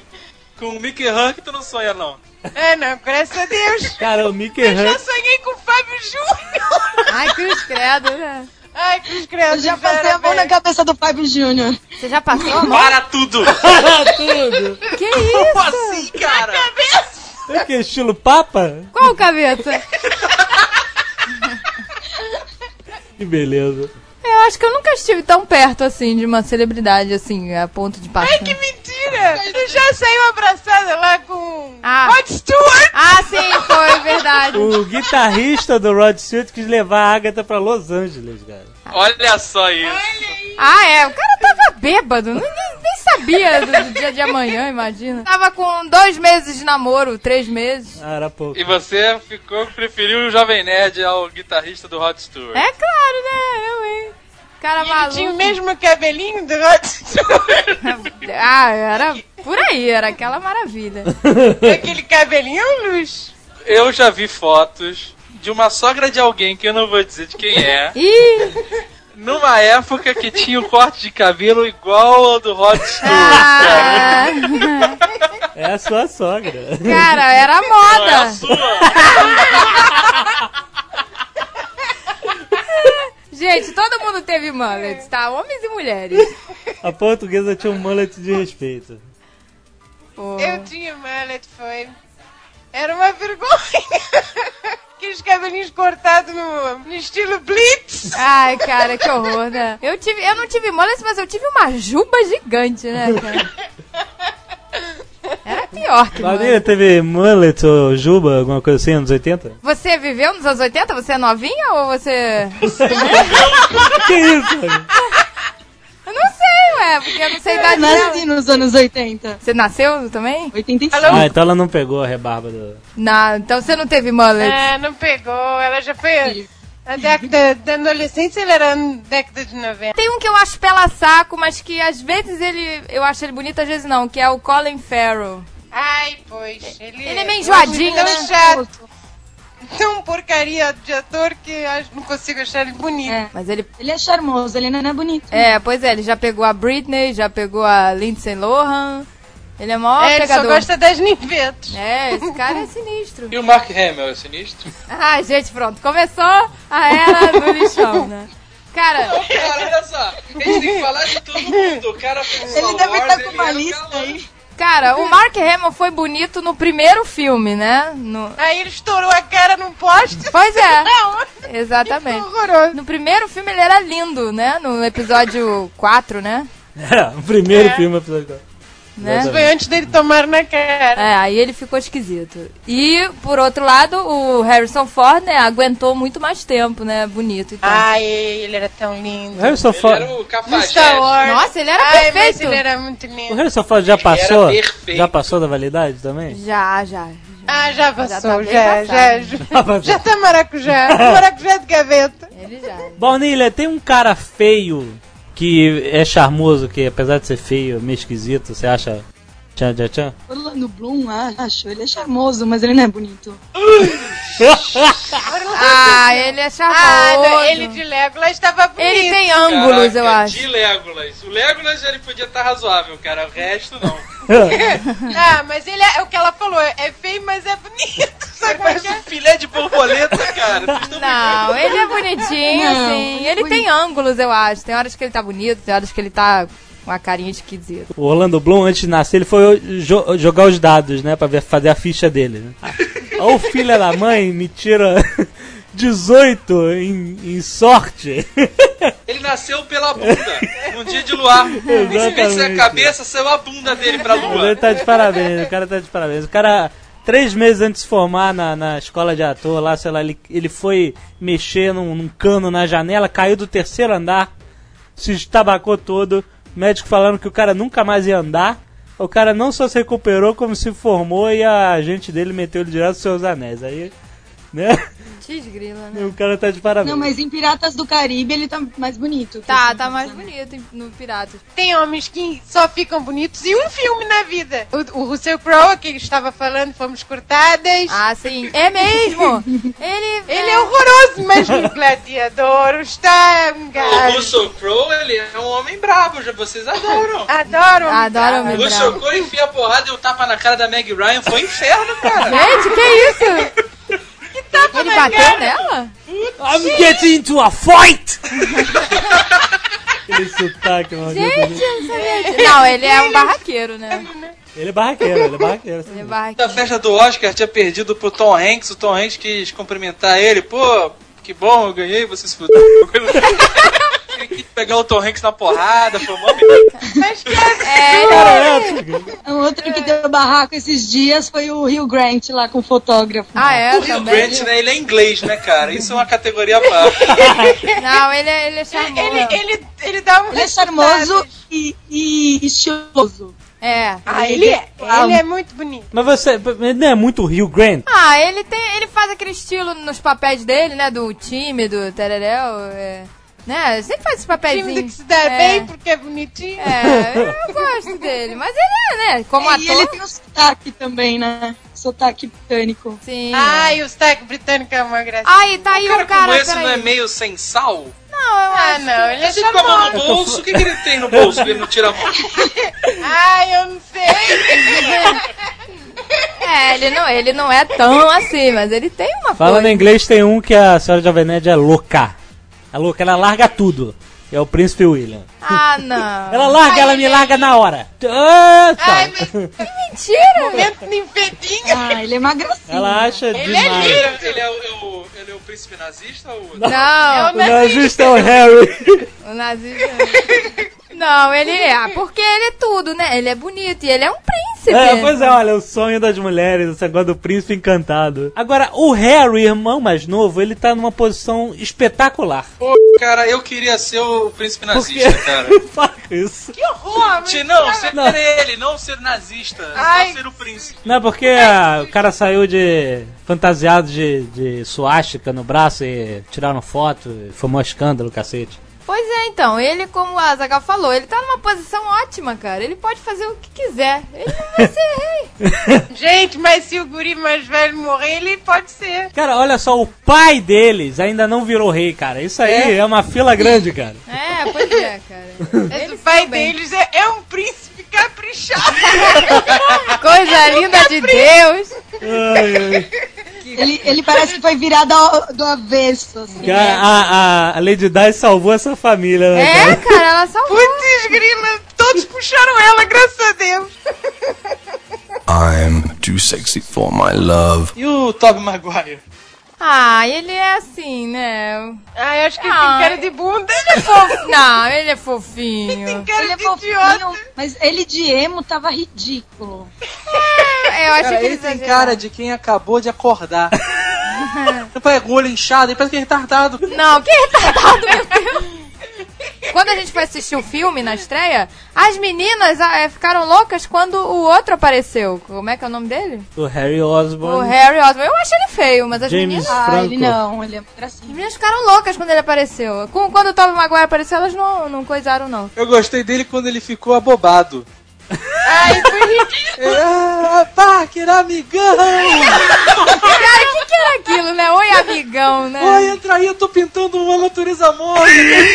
Com o Mickey Huck tu não sonha, não.
Ah, não, graças a Deus.
Cara, o Mickey
Eu já
Uhum.
Hunt.
sonhei com o Fábio Júnior.
Ai, cruz credo, né?
Ai, que os
Eu já passei a mão na cabeça do Fábio Júnior.
Você já passou a mão?
[LAUGHS] Para tudo!
Para [LAUGHS] tudo!
Que isso?
Como assim, cara?
cabeça.
É que estilo papa?
Qual gaveta?
Que beleza.
Eu acho que eu nunca estive tão perto assim de uma celebridade assim, a ponto de passar.
Ai, que mentira! Tu já saiu abraçada lá com
Ah.
Rod Stewart?
Ah, sim,
[LAUGHS]
foi verdade.
O guitarrista do Rod Stewart quis levar a Agatha pra Los Angeles, cara.
Olha só isso.
Ah, é. O cara tava bêbado. Nem, nem- nem sabia do, do dia de amanhã, imagina. Tava com dois meses de namoro, três meses.
Ah, era pouco.
E você ficou, preferiu o Jovem Nerd ao guitarrista do Rod Stewart.
É claro, né? Eu, hein? Cara
Ele tinha o
maluco.
mesmo cabelinho do Rod
[LAUGHS]
Stewart.
Ah, era por aí, era aquela maravilha.
Aquele cabelinho é um luxo.
Eu já vi fotos de uma sogra de alguém, que eu não vou dizer de quem é,
Ih,
[LAUGHS]
numa época que tinha um corte de cabelo igual ao do Rod [LAUGHS] Stewart.
ah,
É a sua sogra.
cara, era
Não é a
moda.
sua.
Gente, todo mundo teve mullets, tá? Homens e mulheres.
A portuguesa tinha um mullet de respeito.
Pô.
Eu tinha mullet, foi. Era uma vergonha. [LAUGHS] Aqueles cabelinhos cortados no, no estilo Blitz.
Ai, cara, que horror, né? Eu, tive, eu não tive molas, mas eu tive uma juba gigante, né, cara? Era pior que
Claudinha,
mullet.
teve mullet ou juba, alguma coisa assim, anos 80?
Você viveu nos anos 80? Você é novinha ou você...
[LAUGHS] Que isso? cara?
Eu não sei, ué, porque eu não sei a idade
Eu nasci
dela.
assim, nos anos 80.
Você nasceu também?
85.
Ah, então ela não pegou a rebarba do... [LAUGHS]
Não, então você não teve mullet.
Ah, não pegou. Ela já foi. A década da adolescência ela era na década de 90.
Tem um que eu acho pela saco, mas que às vezes ele... Eu acho ele bonito, às vezes não, que é o Colin Farrell.
Ai, pois. Ele, um
Ele é meio enjoadinho,
tão
né?
chato. Tão porcaria de ator que acho- não consigo achar ele bonito.
É.
Mas ele...
Ele é charmoso, ele não é bonito.
Hum.
É, pois é, ele já pegou a Britney, já pegou a Lindsay Lohan. Ele é mó
É, ele só
pegador.
gosta das nivetas.
É, esse cara é sinistro.
E o Mark Hamill é sinistro?
Ai, gente, pronto. Começou a era do lixão, né? Cara,
Cara, É, olha só. A gente tem que falar de todo mundo. O cara fez
Ele deve estar com uma lista aí.
cara, o Mark Hamill foi bonito no primeiro filme, né? No...
Aí ele estourou a cara num
[LAUGHS]
poste.
Pois é,
Não,
exatamente.
horroroso.
No primeiro filme ele era lindo, né? No episódio 4, né?
É, o primeiro filme, episódio quatro.
né?
Foi antes dele tomar na cara.
É, aí ele ficou esquisito. E, por outro lado, o Harrison Ford, né, aguentou muito mais tempo, né? Bonito e tal.
Ai, ele era tão lindo.
Harrison
Ele era
Ford,
o
No Star
Cafajeste.
Wars.
Nossa, ele É. era
Ai, mas
perfeito.
ele era muito
o
lindo.
Harrison Ford já passou?
um perfeito.
Já passou da validade também?
[LAUGHS]
Já, já.
Ah, já
tá
passou,
bem
já, já,
passado.
já. Já tá maracujá. maracujá de gaveta.
Ele já.
Bornilha, tem um cara feio que é charmoso, que apesar de ser feio, é meio esquisito, você acha? Tchan, tchan, tchan. [LAUGHS]
Orlando Bloom, ah, acho. Ele é charmoso, mas ele não é bonito.
Ah, ele é charmoso.
Ah, não, ele de Legolas estava bonito.
Ele tem ângulos,
Caraca,
eu acho.
De Legolas. O Legolas ele podia estar razoável, cara. O resto não.
Ah, mas ele é, é o que ela falou, é feio, mas é bonito. [LAUGHS] Sabe como é
Mas
que
o
é?
filé de borboleta, cara. Vocês estão
Não, ele é bonitinho,
Não,
assim.
ele
Ele,
é
tem ângulos, eu acho. Tem horas que ele tá bonito, tem horas que ele tá com a carinha esquisita.
O Orlando Bloom, antes de nascer, ele foi jo- jogar os dados, né? Pra ver- fazer a ficha dele. Né? Ó, o filho da mãe me tira [LAUGHS] 18 em, em sorte.
Ele nasceu pela bunda, num dia
[LAUGHS]
de luar. Em vez de ser a
Exatamente.
é cabeça, saiu a bunda dele pra
Ele
lua.
tá de parabéns, o cara tá de parabéns. O cara, três meses antes de se formar na, na escola de ator lá, sei lá, ele, ele foi mexer num, num cano na janela, caiu do terceiro andar, se estabacou todo. Médico falando que o cara nunca mais ia andar. O cara não só se recuperou, como se formou e a gente dele meteu ele direto nos seus anéis. Aí, né? [LAUGHS]
Desgrila, né?
O cara tá de parabéns.
Não, mas em Piratas do Caribe ele tá mais bonito.
Tá, tá mais bonito no Piratas.
Tem homens que só ficam bonitos e um filme na vida. O, o Russell Crowe, que estava falando, fomos cortadas.
Ah, sim. É mesmo? Ele.
Ele é horroroso, mas no gladiador está um
é
O
gajo.
Russell Crowe, ele é um homem brabo, já
[LAUGHS]
vocês adoram.
Adoro. um
Adoro
O
me
Russell Crowe enfia a porrada e o tapa na cara da Meg Ryan foi um inferno,
[LAUGHS]
cara.
Gente, que isso? ele bateu nela?
I'm getting into a fight! Aquele sotaque, mano.
Gente, eu não sabia disso. Não, ele é um barraqueiro, né?
Ele é barraqueiro, ele é barraqueiro.
Ele é barraqueiro.
Na festa do Oscar tinha perdido pro Tom Hanks, o Tom Hanks quis cumprimentar ele, pô, que bom, eu ganhei, você se
[LAUGHS]
fudeu. ele quis pegar o Tom Hanks na porrada, foi um uma
Mas que é
né?
Um outro que deu barraco esses dias foi o Rio Grant lá com o fotógrafo.
Ah, é?
O Rio
também.
Grant, né, ele é inglês, né, cara? Isso é uma categoria à parte.
Não, ele é, ele é charmoso.
ele, ele, ele dá um
Ele é charmoso e, e estiloso.
É.
Ah, ele é. Ele é muito bonito.
Mas você. Ele não é muito Rio Grande?
Ah, ele tem. Ele faz aquele estilo nos papéis dele, né? Do time, do tereréu. É, né? Sempre faz esse
Time
papéizinho.
do que se dá
É.
bem porque é bonitinho.
É, eu gosto dele. Mas ele é, né? Como ator.
E ele tem o sotaque também, né? Sotaque britânico.
Sim.
Ai, o sotaque britânico é uma graça.
Aí, tá aí
Cara,
o
como
cara.
esse não é
peraí.
meio sem sal?
Não, eu
Ah,
acho.
não, ele é
Ele com a mão
charmoso.
no bolso, o que, que ele tem no bolso? Ele não tira a mão.
Ai, eu não sei.
É, ele não, ele não é tão assim, mas ele tem uma
Falando
coisa.
em inglês, tem um que a senhora Jovem Nerd é louca. É louca, ela larga tudo. É o Príncipe William.
Ah, não.
Ela larga, ela me larga na hora. Ah, tá.
Ai, mas
Mentira!
momento ninfedinho.
Ah, ele é magracinho.
[LAUGHS] Ela acha
Ele é
demais.
[LAUGHS] Ele
lindo.
é, ele é o- é o, ele é o príncipe nazista ou...
Não,
O nazista é o Harry.
[LAUGHS]
o nazista. Não, ele é. Porque ele é tudo, né? Ele é bonito e ele é um príncipe.
É, pois é, olha, o sonho das mulheres, esse negócio do príncipe encantado. Agora, o Harry, irmão mais novo, ele tá numa posição espetacular. [LAUGHS]
Pô, cara, eu queria ser o príncipe nazista, cara.
Fala isso.
Que horror, mas...
Gente, Ah, Não, ser
Não.
ele, não ser nazista,
Ai.
só ser o príncipe.
Não, porque ah, o cara saiu de. fantasiado de, de suástica no braço e tiraram foto, e foi um escândalo, cacete.
Pois é, então, ele, como a Zagal falou, ele tá numa posição ótima, cara. Ele pode fazer o que quiser. Ele não vai ser rei.
[LAUGHS] Gente, mas se o guri mais velho morrer, ele pode ser.
Cara, olha só, o pai deles ainda não virou rei, cara. Isso aí é, uma fila grande, cara.
[LAUGHS] É, pois é, cara.
Mas o
Eles
pai
são bem.
deles é, é um príncipe caprichado. [LAUGHS]
Coisa linda de Deus.
Ai, [LAUGHS] ai.
Ele, ele parece que foi virado ao- do avesso. assim.
Cara, a, a- a Lady Di salvou essa família, né? cara?
É, cara, ela salvou.
Putz, grila, todos puxaram ela, graças a Deus.
I'm too sexy for my love.
E o Tobey Maguire?
Ah, ele é assim, né?
Ai, acho que ele
Ai.
tem cara de bunda. né?
Fofo- Não, ele é fofinho.
Cara
Ele é
de
fofinho,
idiota.
mas ele de emo tava ridículo.
É, Eu acho
Cara,
que
ele tem
exagerou.
cara de quem acabou de acordar. Ele parece olho inchado, ele parece que é retardado.
Não, que retardado, meu Deus. Quando a gente foi assistir o filme na estreia, as meninas ah, eh, ficaram loucas quando o outro apareceu. Como é que é o nome dele?
O Harry
O
Osborn.
Harry Osborn. Eu acho ele feio, mas as
James
meninas.
Ah,
Franco.
ele não, ele é
As
magracinho.
meninas ficaram loucas quando ele apareceu. Com- Quando o Tobey Maguire apareceu, elas não, não coisaram, não.
Eu gostei dele quando ele ficou abobado.
Ai,
[LAUGHS]
foi ridículo.
Ele, ah, Parker, amigão!
Cara, o que, que era aquilo, né? Oi, amigão, né?
Oi, entra aí, eu tô pintando uma natureza mole.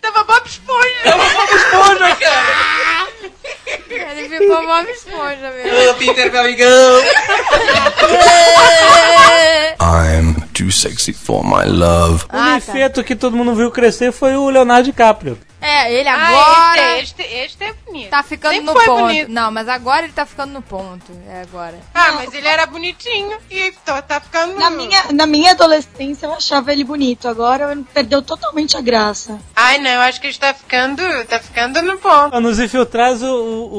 Tava Bob Esponja.
Esponja, cara!
Ele ficou Bob Esponja mesmo.
Ah, Peter, meu amigão!
I'm too sexy for my love.
O linfeto que todo mundo viu crescer foi o Leonardo DiCaprio.
[LAUGHS] É, ele
Ai,
agora
este, este, este é bonito.
tá ficando
Sempre
no
foi
ponto.
bonito.
Não, mas agora ele tá ficando no ponto. É agora.
Ah, mas ele era bonitinho e tô, tá ficando...
Na minha, na minha adolescência eu achava ele bonito, agora ele perdeu totalmente a graça.
Ai, não, acho que ele tá ficando, tá ficando no ponto.
Nos infiltrados, o, o,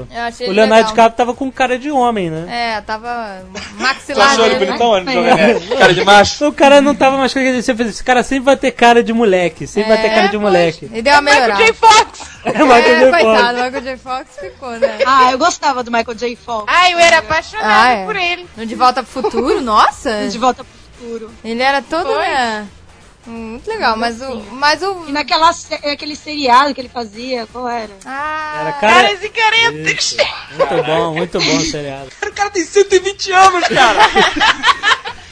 o-
Eu achei
o
ele
Leonardo
legal.
DiCaprio tava com cara de homem, né?
É, tava
Tá
maxilar
achando ele
dele, né?
bonitão, né, Jovem Nerd? Cara de macho?
O cara não tava mais com aquele... Você fez, Esse cara sempre vai ter cara de moleque. Sempre vai ter cara de
É,
moleque.
E deu uma melhorada.
J. Fox.
[LAUGHS] É, mas
é,
ele
coitado,
pode.
o Michael J. Fox ficou, né?
Ah, eu gostava do Michael J. Fox.
Ai, eu era apaixonada
Ah, é.
por ele.
No De Volta pro Futuro, nossa!
De volta pro futuro.
Ele era todo,
Foi.
né? Hum, Muito legal, mas o... Mas o...
E naquela se- aquele seriado que ele fazia, qual era?
Ah,
Era cara... é
Caras e caretas.
Muito bom, muito
[LAUGHS]
bom o seriado.
O cara tem 120 anos, cara!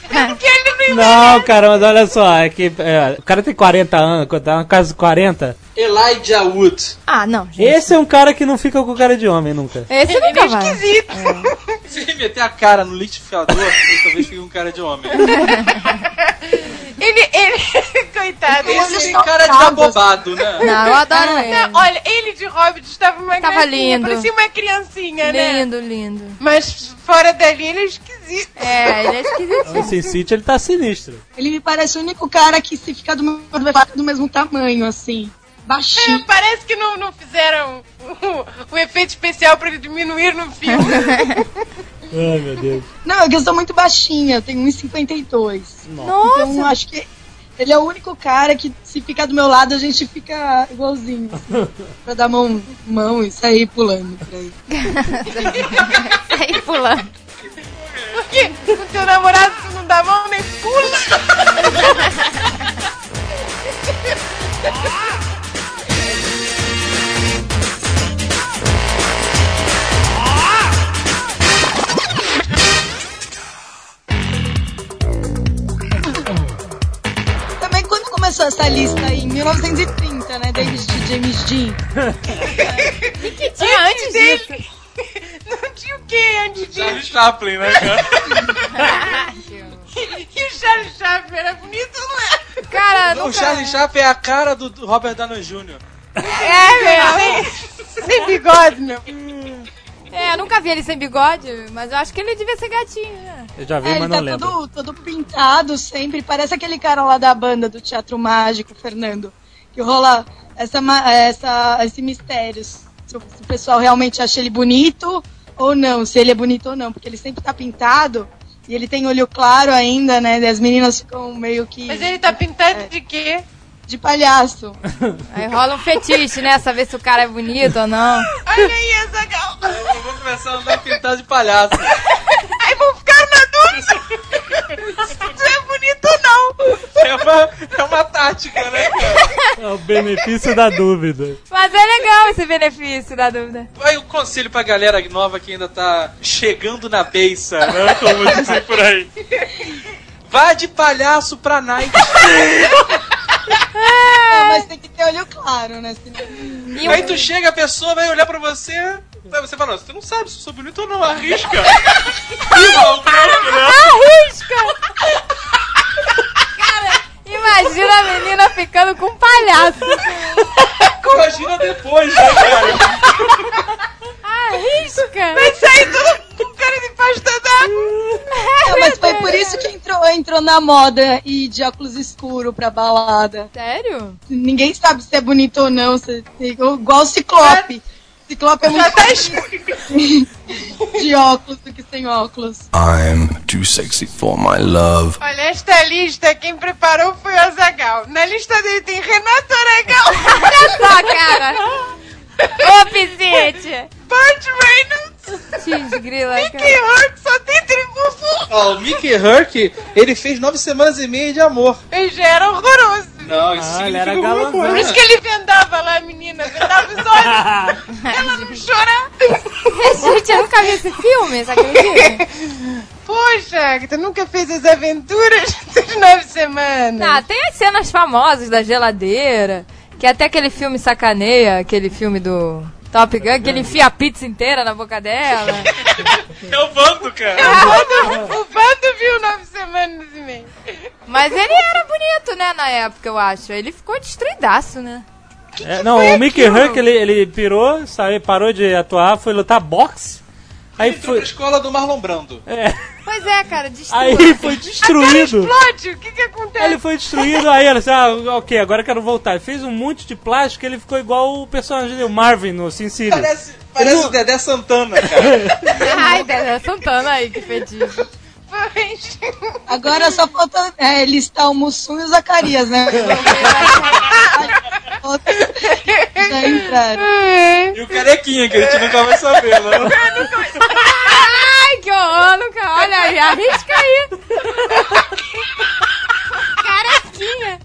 Porque ele não é
Não, cara, mas olha só. É que, é, o cara tem 40 anos, tá quase 40.
[LAUGHS] Elijah Wood.
ah, não, gente.
Esse é um cara que não fica com cara de homem nunca.
Esse
ele é
nunca vai.
esquisito.
Se ele meter a cara no liquidificador, ele talvez fique um cara de homem.
E Ele, ele, [LAUGHS] coitado.
Esse
ele-
tem cara de abobado, né? [LAUGHS]
Não, eu adoro
Não,
ele.
Olha, ele de Hobbit estava uma
Tava
gracinha,
lindo.
parecia uma criancinha, né?
Lindo, lindo.
Mas fora dali ele é esquisito.
É, ele é esquisito.
O
[LAUGHS]
Sin City ele tá sinistro.
Ele me parece o único cara que se ficar do, meu- fica do mesmo tamanho, assim. Baixinho.
É.
Parece que não, não fizeram o, o efeito especial pra ele diminuir no [LAUGHS] filme.
Ai, meu Deus.
Não, é que eu sou muito baixinha, eu tenho 1,52.
Nossa.
Então eu acho que ele é o único cara que se ficar do meu lado a gente fica igualzinho. assim.
[LAUGHS]
pra dar mão, mão e sair pulando por aí.
Sai pulando.
Porque o teu namorado tu não dá mão nem pula.
Também quando começou essa lista aí, em 1930, né? David de James Dean.
Tinha antes dele.
Não tinha o que antes
Charles
disso.
Chaplin, né, cara?
E o Charles Chaplin era bonito, não é?
Cara,
O
nunca...
Charlie Chaplin é a cara do do Robert Downey Jr.
É, mesmo.
Sem bigode, meu.
É, eu nunca vi ele sem bigode, mas eu acho que ele devia ser gatinho, né?
Eu já vi,
É, ele
mas não
tá
lembro.
todo, todo pintado sempre. Parece aquele cara lá da banda do Teatro Mágico, Fernando. Que rola essa, ma- essa, esse mistério. Se o se o pessoal realmente acha ele bonito ou não. Se ele é bonito ou não. Porque ele sempre tá pintado. E ele tem olho claro ainda, né? E as meninas ficam meio que
Mas ele tá pintado de quê?
de palhaço.
Aí rola um fetiche, né? Saber se o cara é bonito ou não.
Olha aí essa gal.
Eu vou começar a andar pintado de palhaço.
Aí vão ficar na dúvida. Se é bonito ou não.
É uma, é uma tática, né, cara?
É o benefício da dúvida.
Mas é legal esse benefício da dúvida.
Aí um conselho pra galera nova que ainda tá chegando na beça, né? Como dizem por aí. Vá de palhaço pra Nike.
Ah,
É.
mas tem que ter olho claro, né? senão-
E
Aí
o...
tu chega, a pessoa vai olhar pra você. Aí você fala, você não sabe se eu sou bonito ou não, arrisca. Igual o Hulk,
Ah,
né?
Imagina a menina ficando com um palhaço.
Imagina depois, né, cara?
Arrisca.
Vai sair tudo com cara debaixo da água.
Ah, mas foi por isso que entrou, entrou na moda e de óculos escuro pra balada.
Sério?
Ninguém sabe se é bonito ou não. Se, se- igual o Ciclope. Ciclope é muito
tá
mais [LAUGHS] de óculos do que sem óculos.
I'm too sexy for my love.
Olha, esta lista quem preparou foi o Azagal. Na lista dele tem Renato Aragão,
Olha só, cara. Ô, Piscite.
Burt Reynolds,
Desgrila,
Mickey
cara.
Rourke, é, só tem tribufu.
[LAUGHS] Ó, o Mickey Herc, ele fez nove semanas e meia de amor.
Ele já era horroroso.
Não, isso
Ah, ele
significa
era
alguma
galãzão.
Por
coisa.
isso que ele vendava lá a menina, vendava os olhos, ela não chorava.
Gente, eu nunca vi esse filme, você acredita?
Poxa, que tu nunca fez as aventuras das nove semanas.
Ah, tem as cenas famosas da geladeira, que até aquele filme sacaneia, aquele filme do Top Gun, que ele enfia a pizza inteira na boca dela.
É o bando, cara.
O Vando, o Vando viu nove semanas e meia.
Mas ele era bonito, né, na época, eu acho. Ele ficou destruidaço, né?
É, não, o Mickey Huck ele, ele pirou, saiu, parou de atuar, foi lutar boxe. Aí
Entrou pra
foi,
escola do Marlon Brando.
Pois é, cara, destruiu.
aí foi
Ele
destruído.
explode, o que que acontece?
Ele foi destruído, aí ele disse, ah, ok, agora eu quero voltar. Ele fez um monte de plástico ele ficou igual o personagem do Marvin no Sin City.
Parece, parece o Dedé Santana, cara.
Ai, Dedé Santana aí, que fetiche.
Foi.
Agora só falta é, listar o Mussum e o Zacarias, né? Já entraram.
E o carequinha, que a gente nunca vai saber, [LAUGHS] né?
Ai, que horror, nunca. Olha aí, arrisca aí. Carequinha.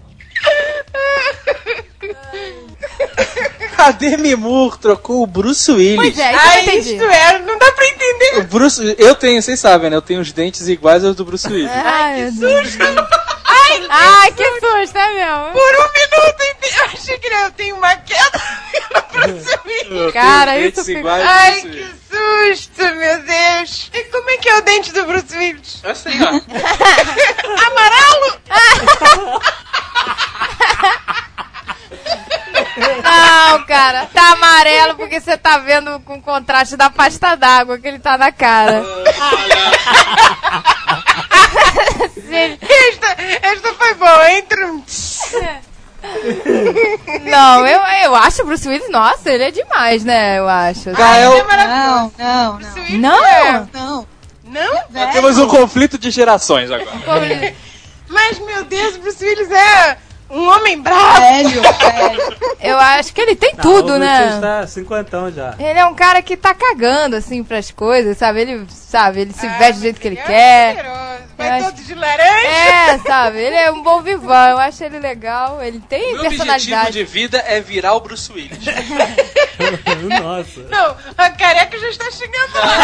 A Demi Moore trocou o Bruce Willis.
Pois é, isso eu
Ah,
entendi.
isto era, não dá pra entender.
O Bruce, eu tenho, vocês sabem, né? Eu tenho os dentes iguais aos do Bruce Willis.
Ai, que susto. Ai, que susto, é mesmo.
Por um minuto, ente- eu achei que ele- eu tenho uma queda [LAUGHS] pro Suíço.
Eu
Cara,
tenho
isso
dentes
fica-
iguais ao
Ai,
Bruce
que
Willis.
susto, meu Deus! E como
Assim, [LAUGHS]
é que é o dente do Bruce Willis?
Eu sei, ó.
Amarelo?
cara. Tá amarelo porque você tá vendo com o contraste da pasta d'água que ele tá na cara. Sim.
Esta, esta foi boa, hein, Trum?
Não, eu, eu acho o Bruce Willis, nossa, ele é demais, né? Eu acho.
Isso é
Não?
Não,
maravilhoso.
não, não.
Não?
Não.
Não?
velho.
Temos um conflito de gerações agora.
Mas, meu Deus, Bruce Willis é um homem bravo.
É,
Velho, velho.
Eu acho que ele tem
Não,
tudo,
o
né?
Bruce tá cinquentão
[LAUGHS]
já.
Ele é um cara que tá cagando, assim, pras coisas, sabe? Ele, sabe, ele se veste do jeito que ele
é
quer.
cheiroso.
Eu
Vai
acho-
todo de laranja.
É, sabe? Ele é um bom vivan, eu acho ele legal. Ele tem
Meu objetivo
personalidade.
de vida é virar o Bruce Willis.
Nossa.
Não, a careca já está chegando lá.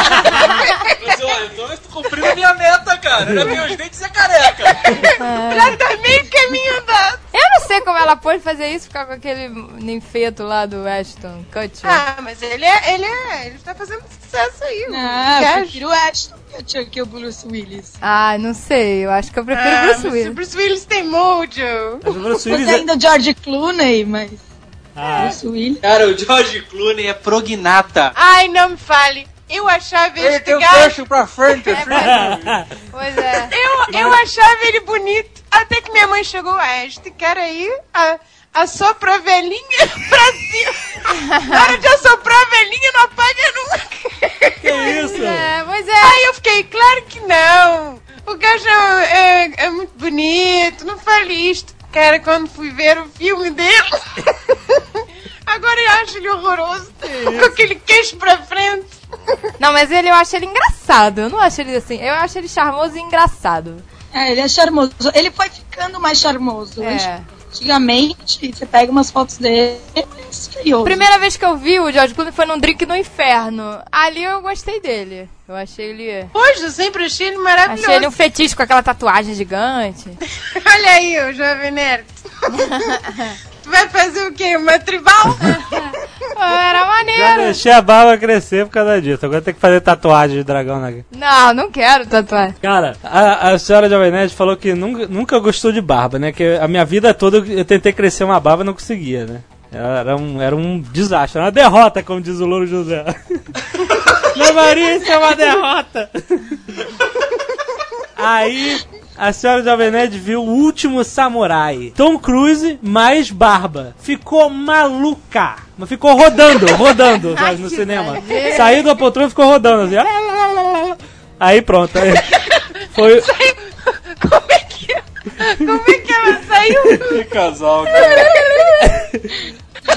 [LAUGHS]
Mas olha, eu tô- eu tô cumprindo a minha meta, cara. Era meus dentes e a careca.
Já tá meio caminho andado.
Ah. Eu não sei como ela pôde fazer isso, ficar com aquele ninfeto lá do Ashton Kutcher.
Ah, mas ele é, ele é, ele tá fazendo sucesso aí.
Não,
Você
eu
acha?
prefiro o Ashton Kutcher que o Bruce Willis.
Ah, não sei, eu acho que eu prefiro
Ah,
o Bruce
mas
Willis.
Bruce Willis tem mojo.
Mas o Bruce Willis
Você
é...
ainda o George Clooney, mas
Ah,
Bruce Willis.
Cara, o George Clooney é prognata.
Ai, não me fale. Eu achava
Ele
este
tem um
gajo.
gancho pra frente, assim.
tipo-
Pois é.
Eu, eu achava ele bonito. Até que minha mãe chegou a este cara aí, a, assopra a velhinha [LAUGHS] pra cima. Na hora de assoprar a velhinha, não apaga nunca.
[LAUGHS]
que isso?
É, pois é.
Aí eu fiquei, claro que não. O gajo é, é- é muito bonito, não fale isto. Cara, quando fui ver o filme dele, [LAUGHS] agora eu acho ele horroroso. Com aquele queixo pra frente.
Não, mas ele eu acho ele engraçado. Eu não acho ele assim. Eu acho ele charmoso e engraçado.
É, ele é charmoso. Ele foi ficando mais charmoso.
É.
Antigamente, você pega umas fotos dele, é feioso.
Primeira vez que eu vi o George Clooney foi num drink no inferno. Ali eu gostei dele. Eu achei ele.
Poxa, eu sempre achei ele maravilhoso.
Achei ele um fetiche com aquela
[LAUGHS]
tatuagem gigante.
Olha aí, o jovem nerd. tu vai fazer o quê? Uma tribal? Ah,
Era
Já
maneiro.
deixei a barba crescer por causa disso. Agora tem que fazer tatuagem de dragão na
Não, não quero tatuagem.
Cara, a, a senhora Jovem Nerd falou que nunca, nunca gostou de barba, né? Que a minha vida toda eu eu tentei crescer uma barba e não conseguia, né? Era um, era um desastre, era uma derrota, como diz o Louro José. Levaria isso é uma derrota! Aí, a senhora Jovem Nerd viu o último samurai. Tom Cruise mais barba. Ficou maluca. Mas ficou rodando, rodando sabe, no cinema. Saiu da poltrona e ficou rodando. Assim, lá, lá, lá, lá, lá. Aí pronto. Aí foi.
Como é que Como é que ela saiu?
Que casal, cara.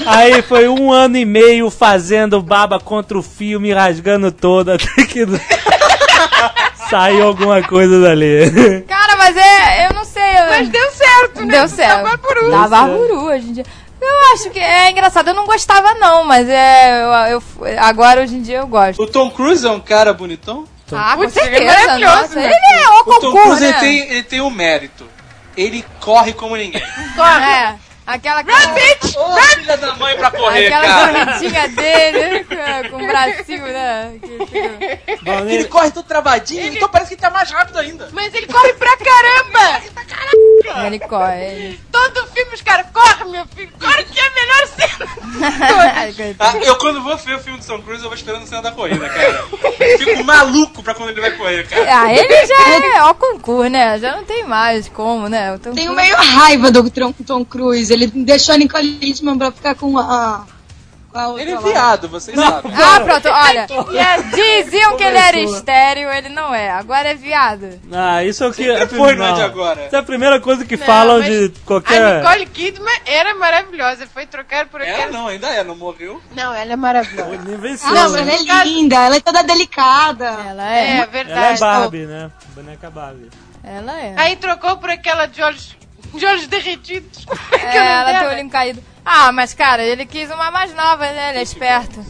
Aí foi um ano e meio fazendo baba contra o fio, me rasgando toda, [LAUGHS] até que saiu alguma coisa dali.
Cara, mas é. Eu não sei. Eu...
Mas deu certo, né?
Deu
Tu
certo.
Tá baburu.
Dá barburu hoje em dia. Eu acho que é engraçado. Eu não gostava, não, mas é. Eu, eu- agora hoje em dia eu gosto.
O Tom Cruise é um cara bonitão?
Ah, com
Putz, ele é
certeza.
maravilhoso,
nossa,
né?
Ele é o
O Tom
concurso.
Cruise ele
Né?
tem, ele tem um mérito. Ele corre como ninguém.
É. Aquela.
Run, bitch!
Ô, filha da mãe pra correr,
Aquela
[LAUGHS] cara.
corridinha dele né, com- com o bracinho, né? Que- que-
Bom,
Ele
né?
corre todo travadinho, então parece que ele tá mais rápido ainda.
Mas ele corre pra caramba!
Ele corre. ele-
Todo filme os caras correm, meu filho. Corre que é a melhor cena.
Ah, eu quando vou ver o filme do Tom Cruise, eu vou esperando a cena da corrida, cara. Eu Fico maluco pra quando ele vai correr, cara.
Ah, ele já é ó concurso, né? Já não tem mais como, né? O Tom
Tenho
Cruise-
um meio raiva do Tom, Tom Cruise. Ele deixou a Nicole Kidman pra ficar com a. com a outra
Ele é
lá.
viado, vocês sabem.
Ah, pronto, olha. é, Diziam que ele era estéreo, ele não é. Agora é viado.
Ah, isso é o que.
Sempre foi, não é de agora.
Isso é a primeira coisa que
Não,
falam
mas
de
A
qualquer.
Nicole Kidman era maravilhosa. Foi trocar por
Ela
aquela...
não, ainda é, não morreu.
Não, ela é maravilhosa.
Ah,
Invencível.
não, ela é linda, ela é toda delicada.
Ela
É,
é.
Ela é
verdade.
Barbie, né? Boneca Barbie.
Ela é.
Aí trocou por aquela de olhos, de olhos derretidos. [LAUGHS] Como que
É,
é o nome
ela tem o
dela?
olhinho caído. Ah, mas cara, ele quis uma mais nova, né? Ele é esperto.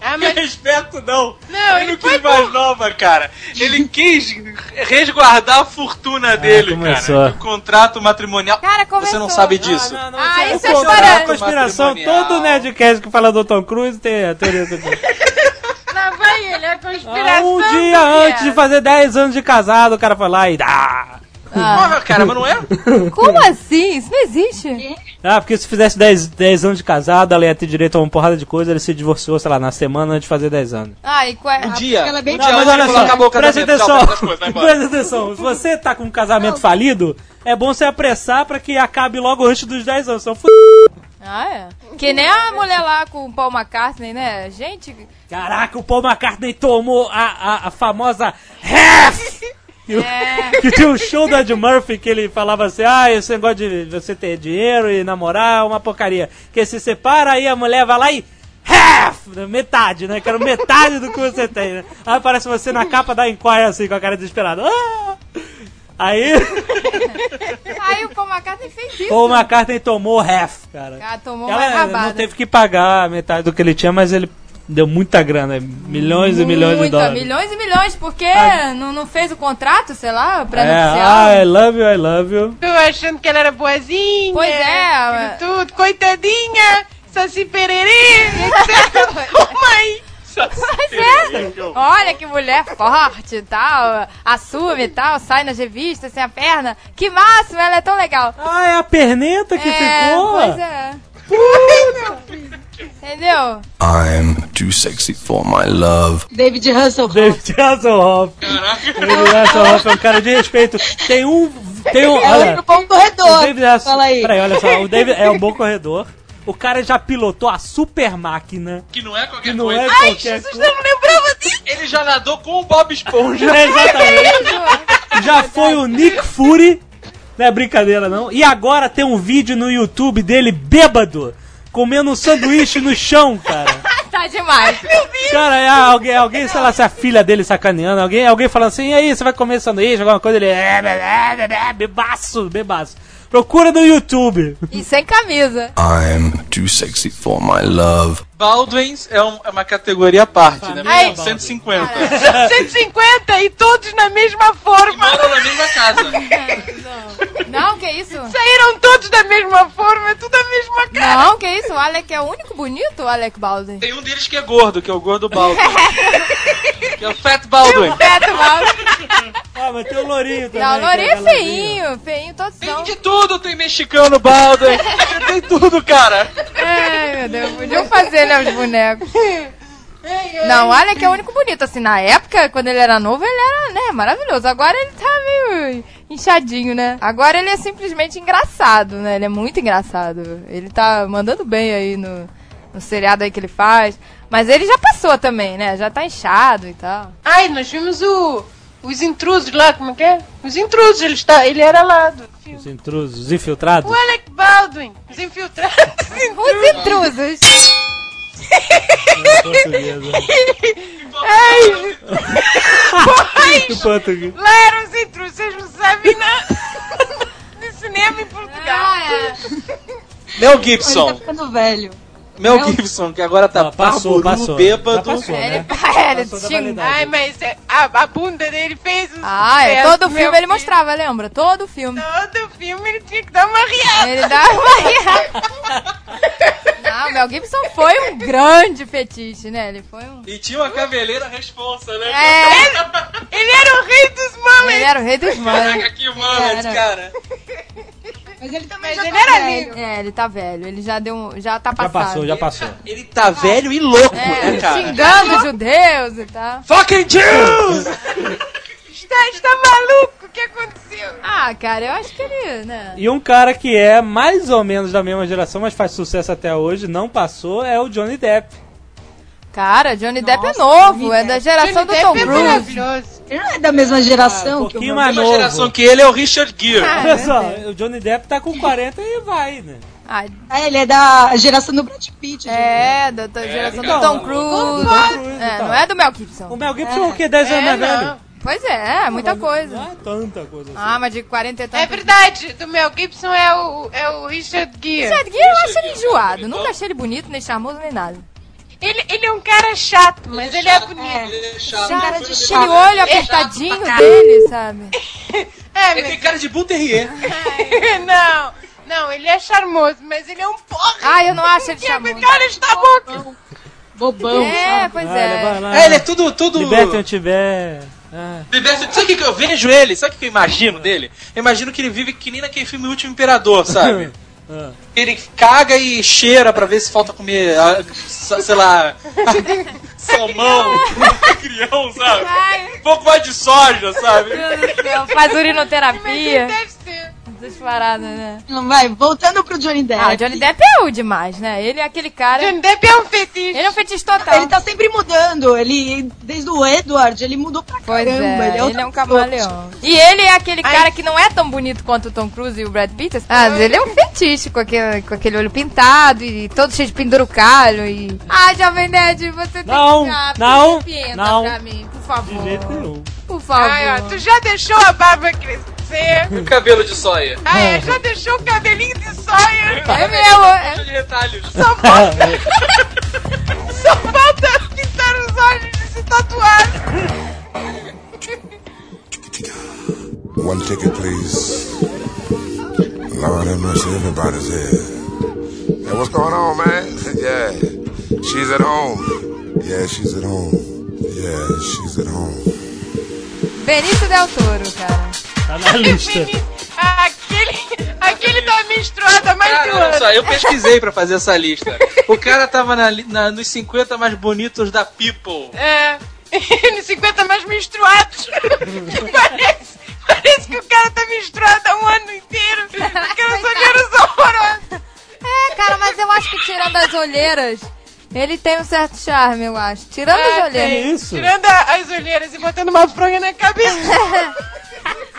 Ah,
Que
mas
respeito, não.
Não,
ele
ele
não quis
foi
mais nova, cara. Ele quis resguardar a fortuna dele,
Ah, começou.
cara. O contrato matrimonial.
Cara, começou.
Você não sabe disso.
Ah, isso é
o
história-
contrato, conspiração.
matrimonial.
Todo nerdcast que fala do Tom Cruise tem a teoria do
lá vai ele, é a
Ah,
conspiração.
Um
do
dia
viado.
antes de fazer 10 anos de casado, o cara foi lá e. Ah,
Ah,
Porra, cara, mas não é?
como assim? Isso não existe.
Ah, porque se fizesse 10, 10 anos de casado, ela ia ter direito a uma porrada de coisa, ele se divorciou, sei lá, na semana antes de fazer 10 anos.
Ah, e qual é?
Um dia.
ela é bem-
Um
Não,
dia
mas
antes de
olha
né?
só,
colocar a boca
presta
na mesa,
atenção,
calma, essas coisas, vai embora.
[LAUGHS] presta atenção. Se você tá com um casamento falido, é bom você apressar pra que acabe logo antes dos 10 anos. São f...
Ah, é? Que nem a mulher lá com o Paul McCartney, né? Gente,
Caraca, o Paul McCartney tomou a, a, a famosa half!
[LAUGHS] é...
[LAUGHS] Que tinha o show do Ed Murphy que ele falava assim: ah, esse negócio de você ter dinheiro e namorar é uma porcaria. Que se separa, aí a mulher vai lá e. Half! né, Metade, né? Quero metade do que você tem, né? Aí aparece você na capa da Enquire assim, com a cara desesperada. Ah! Aí,
Aí o Paul McCartney fez isso.
Paul McCartney tomou half, cara.
Ah, tomou uma
Ela
rabada.
não teve que pagar metade do que ele tinha, mas ele deu muita grana, milhões e milhões de
Muita,
dólares. Ah.
milhões e milhões, porque não, não fez o contrato, sei lá, pra
É,
anunciar.
ah, I love you, I love you.
Eu achando que ela era boazinha.
Pois é,
aquilo Tudo, coitadinha. Saci
[LAUGHS]
pererê. Mãe.
Pois é. Olha que mulher forte e tal, assume e tal, sai nas revistas sem a perna. Que máximo, ela é tão legal.
Ah, é a perneta que
é,
ficou?
pois é. Entendeu?
I'm too sexy for my love.
David Hasselhoff.
David Hasselhoff. David Hasselhoff é um cara de respeito. Tem um. Tem [LAUGHS] um.
É
Olha,
outro bom
o
corredor.
David Hasselhoff.
Fala aí.
Peraí, olha só. O David é um bom corredor. O cara já pilotou a super máquina.
Que não é qualquer
Que não
coisa.
é qualquer coisa.
Ele já nadou com o Bob Esponja.
É, [LAUGHS]
[LAUGHS]
exatamente. Já foi o Nick Fury. Não é brincadeira, não. E agora tem um vídeo no YouTube dele bêbado. Comendo um sanduíche no chão, cara.
Tá demais.
Cara, é alguém, alguém, sei lá, se é a filha dele sacaneando, alguém, alguém falando assim, e aí, você vai comer sanduíche, alguma coisa, ele é, é, é, é, bebaço, bebaço. Procura no YouTube.
E sem camisa.
I'm too sexy for my love.
Baldwins é, um- é uma categoria à parte, né?
Ai.
São 150.
São 150 e todos na mesma forma.
Moram na mesma casa.
Não, que isso?
Saíram todos da mesma forma, tudo a mesma cara.
Não, que isso? O Alec é o único bonito, o Alec Baldwin.
Tem um deles que é gordo, que é o gordo Baldwin. que é o Fat Baldwin.
Beto Baldwin.
Ah, mas tem o Lourinho também.
Não, o Lourinho
que
é
aquela loirinha.
feinho, feinho todos
Tem
são.
de tudo, tem mexicano Baldwin. tem tudo, cara.
Ai, meu Deus, podiam fazer, né, os bonecos. Não, o Alec é o único bonito, assim, na época, quando ele era novo, ele era, né, maravilhoso. Agora ele tá meio inchadinho, né? Agora ele é simplesmente engraçado, né? Ele é muito engraçado. Ele tá mandando bem aí no, no seriado aí que ele faz. Mas ele já passou também, né? Já tá inchado e tal.
Ai, nós vimos o, os intrusos lá, como é que é? Os intrusos, ele, está, ele era lá do filme.
Os intrusos, os infiltrados.
O Alec Baldwin, os infiltrados.
Os intrusos.
Em português, né? Em [LAUGHS] português.
Lá eram os intrusos, vocês não sabem nada. [LAUGHS] De cinema em Portugal.
Ah, é.
Mel
Ele tá
Gibson.
ficando velho.
tá- Mel Gibson, que agora tá
Ah, passou,
barburu,
passou. Já
bêbado.
passou,
Ele, [LAUGHS]
né?
É, ele
Passou da
xinga.
validade.
Ai, mas é- a, a bunda dele fez um
Ah, é.
sucesso,
Todo
meu
filme ele
filho.
mostrava, lembra? Todo filme.
Todo filme ele tinha que dar uma riada.
Ele dá uma Não, Mel Gibson foi um grande fetiche, né? Ele foi um.
E tinha uma caveleira responsa, né?
É,
Ele era o rei dos
ele
mames.
era o rei dos manos.
Caraca, que mullet,
Era.
cara.
Mas ele também
Mas
já
ele
tá
era
velho.
lindo.
É, ele tá velho, ele já deu um. Já tá
Já
passado.
passou, já passou.
Ele tá velho e louco,
É,
né, cara?
xingando os judeus e tal.
Fucking Jews!
Está, está tá maluco, o que aconteceu?
Ah, cara, eu acho que ele, né?
E um cara que é mais ou menos da mesma geração, mas faz sucesso até hoje, não passou, é o Johnny Depp.
Cara, Johnny Depp é novo, é da geração do Tom
é
Cruise.
maravilhoso.
Ele não é da mesma geração
Um
que o
pouquinho
meu.
mais
mesma
novo.
geração que ele é o Richard Gere.
Ah,
Olha só, o Johnny Depp tá com 40 e vai, né?
Ah,
Ah, ele é da geração do Brad Pitt. gente.
é, da da geração do
então,
Tom
Tom
Cruise.
Cruise,
É,
tá.
não é do Mel
O
Gibson.
Mel Gibson é o quê? 10 anos
É,
mais velho?
não.
Pois é, é muita coisa.
Não é tanta coisa assim.
Ah, mas de 40 e
É
tantos.
verdade, do Mel Gibson é o, é o Richard Gere.
Richard Gere, eu acho ele enjoado. Nunca achei ele bonito, nem charmoso, nem nada.
Ele, ele é um cara chato, mas ele é bonito.
Ele é chato.
Tem cara de
Aquele
chato.
olho apertadinho dele, sabe?
É,
Ele tem cara de Bull Terrier.
mas... [LAUGHS] não, não, ele é charmoso, mas ele é um porra.
Ah, eu não acho ele
Que é
charmoso.
cara está boca.
Bobão.
É, pois
Olha, Ah, vai
é.
lá.
É, ele é tudo... tudo...
Liberta o Tibete. Ah,
Liberto, sabe o que que
[LAUGHS]
eu vejo ele? Sabe o que eu imagino dele? Eu imagino que ele vive que nem naquele filme O Último Imperador, sabe?
Ah.
Ele caga e cheira pra ver se falta comer, ah, sa- sei lá, salmão, crião, sabe? Um pouco mais de soja, sabe?
Meu Deus do céu, faz urinoterapia.
Deve ser.
Essas paradas, né?
Não vai, voltando pro Johnny Depp.
Ah, o Johnny Depp é é o demais, né? Ele é aquele cara.
Johnny Depp é um fetiche.
Ele é um fetiche total.
Ele tá sempre mudando. Ele, desde o Edward, ele mudou pra
Pois
caramba.
é, ele
outra
é um
pessoa.
camaleão. E ele é aquele cara que não é tão bonito quanto o Tom Cruise e o Brad Pitt. Ah, mas ele é um fetiche com aquele, com aquele olho pintado e todo cheio de pendurucalho e... Ah, Jovem Nerd, você
Não,
tem que... Ah,
não,
pinta
não.
pra mim, por favor.
De jeito nenhum.
Por favor.
Ai, ó, tu já deixou a barba crescer.
E o cabelo de soia.
Ai, ó, já deixou o cabelinho de saia.
É mesmo, é.
Cheio de retalhos.
Só falta. [LAUGHS] Só falta pintar os olhos e se tatuar.
One ticket, please. Lord have mercy, everybody's here. Hey, what's going on, man? ¿eh? Yeah, she's at home. Yeah, she's at home. Yeah, she's at home.
Benício Del Toro, cara.
Tá na lista.
Aquele, aquele tá menstruada há mais de
Cara,
um
olha
ano.
só, eu pesquisei pra fazer essa lista. O cara tava na li- na- nos 50 mais bonitos da People.
É. [LAUGHS] Nos 50 mais menstruados. [LAUGHS] parece, parece que o cara tá menstruado há um ano inteiro.
[LAUGHS]
Aquelas olheiras horrorosas.
É, cara, mas eu acho que tirando as olheiras, ele tem um certo charme, eu acho. Tirando
É,
as olheiras.
Que isso?
Tirando a- as olheiras e botando uma fronha na cabeça.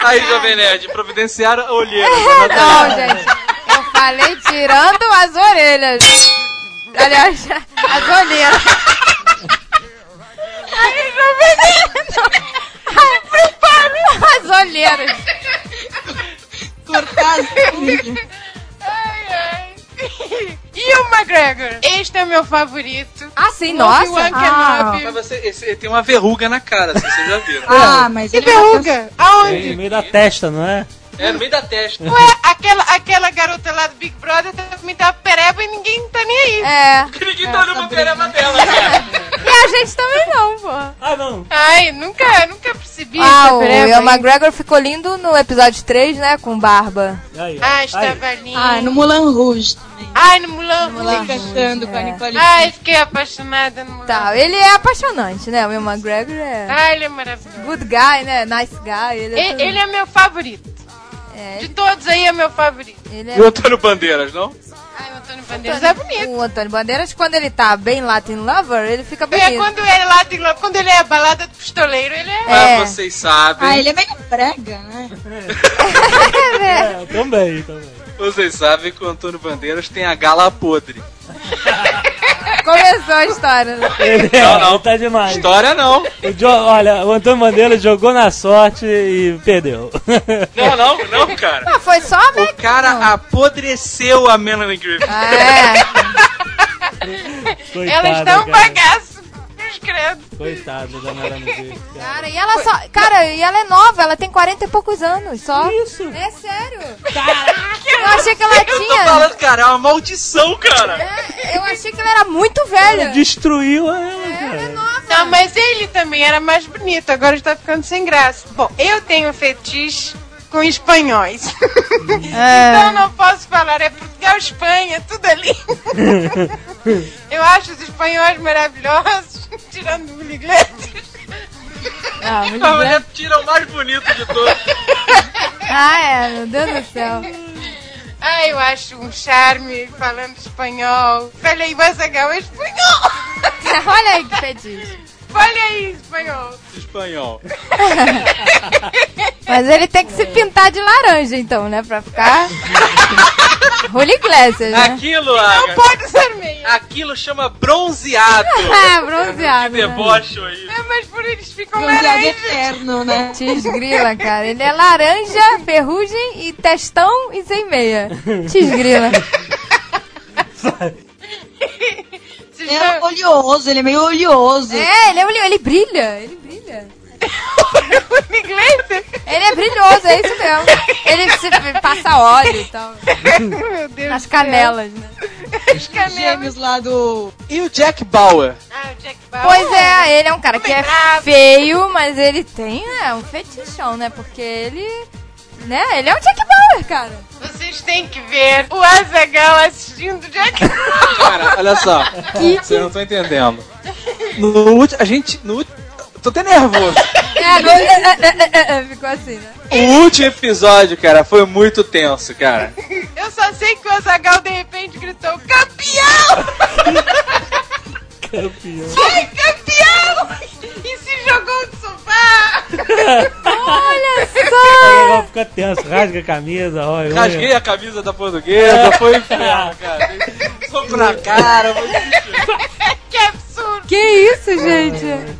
Aí, Jovem Nerd, providenciaram a olheira.
[LAUGHS] Não, gente. Eu falei tirando as orelhas. Aliás, as olheiras. Ai, jovem Preparo! As olheiras.
Cortado.
Ai, ai. [LAUGHS] E o McGregor? Este é o meu favorito.
Ah, sim,
Obi-Wan
nossa. Ah.
Kenobi.
Mas você, esse- ele tem uma verruga na cara, se vocês já viram.
ah, mas
Que
ele vai
verruga?
Tem
é Aonde?
no meio da testa, não é?
É, no meio da testa.
Ué, aquela, aquela garota lá do Big Brother também tá pereba e ninguém tá nem aí.
É.
Ninguém tá olhando pra pereba dela, cara.
E a gente também não, pô.
Ah, não.
Ai, nunca, nunca percebi
Ah,
essa
o
pereba.
Ian
aí.
McGregor ficou lindo no episódio 3, né? Com barba.
Aí, ó.
Ai,
Aí.
estava lindo.
Ah, no Mulan Rouge.
Ai, no Mulan. Ah,
Mulan.
Cantando com a
É.
Nicole
Ai, fiquei apaixonada no Mulan.
Tá, ele é apaixonante, né? O Ian McGregor é.
Ai, ele é maravilhoso.
Good guy, né? Nice guy. Ele é.
E-
tudo.
Ele é meu favorito.
É,
De todos aí é meu favorito.
ele é
E o Antônio Bandeiras, não?
Ai, o Antônio Bandeiras é bonito.
O Antônio Bandeiras, quando ele tá bem Latin Lover, ele fica bonito.
É
[LAUGHS]
quando ele é lá, tem lá- quando ele é a balada do pistoleiro, ele é.
É.
Mas vocês sabem,
Ah, ele é meio brega, né?
É,
né?
também, também.
vocês sabem que o Antônio Bandeiras tem a gala podre.
Começou a história. né?
Ele é,
Não, não.
ele tá demais.
História não.
O Jo- olha, o Antônio Bandeira jogou na sorte e perdeu. [LAUGHS]
Não, não, não, cara.
Ah, foi só a
O cara apodreceu a Melanie Griffith.
Ah, é.
Coitada,
Elas dão um
cara.
bagaço. Deus credo.
Coitada da Mara Miguel, cara.
Cara, e ela só. Cara, e ela é nova, ela tem 40 e poucos anos só.
Isso.
É sério. Eu achei que ela
Eu tô
tinha.
falando, cara, é uma maldição, cara.
É, Eu achei que ela era muito
é
velha. é
Destruiu ela, cara.
Não, mas ele também era mais bonito, agora está ficando sem graça. Bom, eu tenho fetiche com
[LAUGHS]
espanhóis. então eu não posso falar, é Portugal, Espanha,
[LAUGHS]
tudo ali. eu acho os espanhóis maravilhosos, [LAUGHS] tirando o Willy Iglesias.
Ah, muito
A
velha.
mulher É, tira o mais bonito de todos.
ah, é, meu Deus do céu.
Ah, eu acho um charme falando espanhol. Olha aí, vai é espanhol.
[LAUGHS]
[LAUGHS]
Olha aí que fetiche.
Olha aí, espanhol.
[LAUGHS] Espanhol.
Mas ele tem que se pintar de laranja, então, né? Pra
[LAUGHS]
ficar. Holy Iglesias, né?
Aquilo,
Não
Agatha,
pode ser meia.
aquilo chama bronzeado.
[LAUGHS] É, bronzeado. né?
Deboche aí.
É, mas por eles ficam
Bronzeado
laranjas.
é eterno, né?
Te esgrila, cara. Ele é laranja, ferrugem e testão e sem meia. Te [LAUGHS] esgrila.
Vocês
Ele é
estão-
oleoso, ele é meio oleoso.
É, ele é olho, ele brilha, ele brilha.
O inglês? [LAUGHS]
Ele é brilhoso, é isso mesmo. Ele se- passa óleo e tal.
Meu Deus.
Nas canelas, né?
Gêmeos lá do...
E o Jack Bauer?
Ah, o Jack Bauer.
Pois é, ele é um cara que é feio, mas ele tem, né, um fetichão, né? Porque ele. Né? Ele é um é Jack Bauer, cara.
Você Vocês têm que ver o Azagal assistindo Jack.
Cara, olha só. Vocês não estão entendendo. No último. A gente. No último. Tô até nervoso.
[LAUGHS] É, agora- é, é, é, é, ficou assim, né?
O último episódio, cara, foi muito tenso, cara.
[LAUGHS] Eu só sei que o Azagal de repente gritou: Campeão!
Campeão.
Vai, campeão! E se jogou do sofá!
[LAUGHS] Olha
O
só!
negócio fica tenso, rasga a camisa, olha.
Rasguei a camisa da portuguesa, foi um inferno, cara. Foi pra cara,
Que absurdo!
Que isso, gente?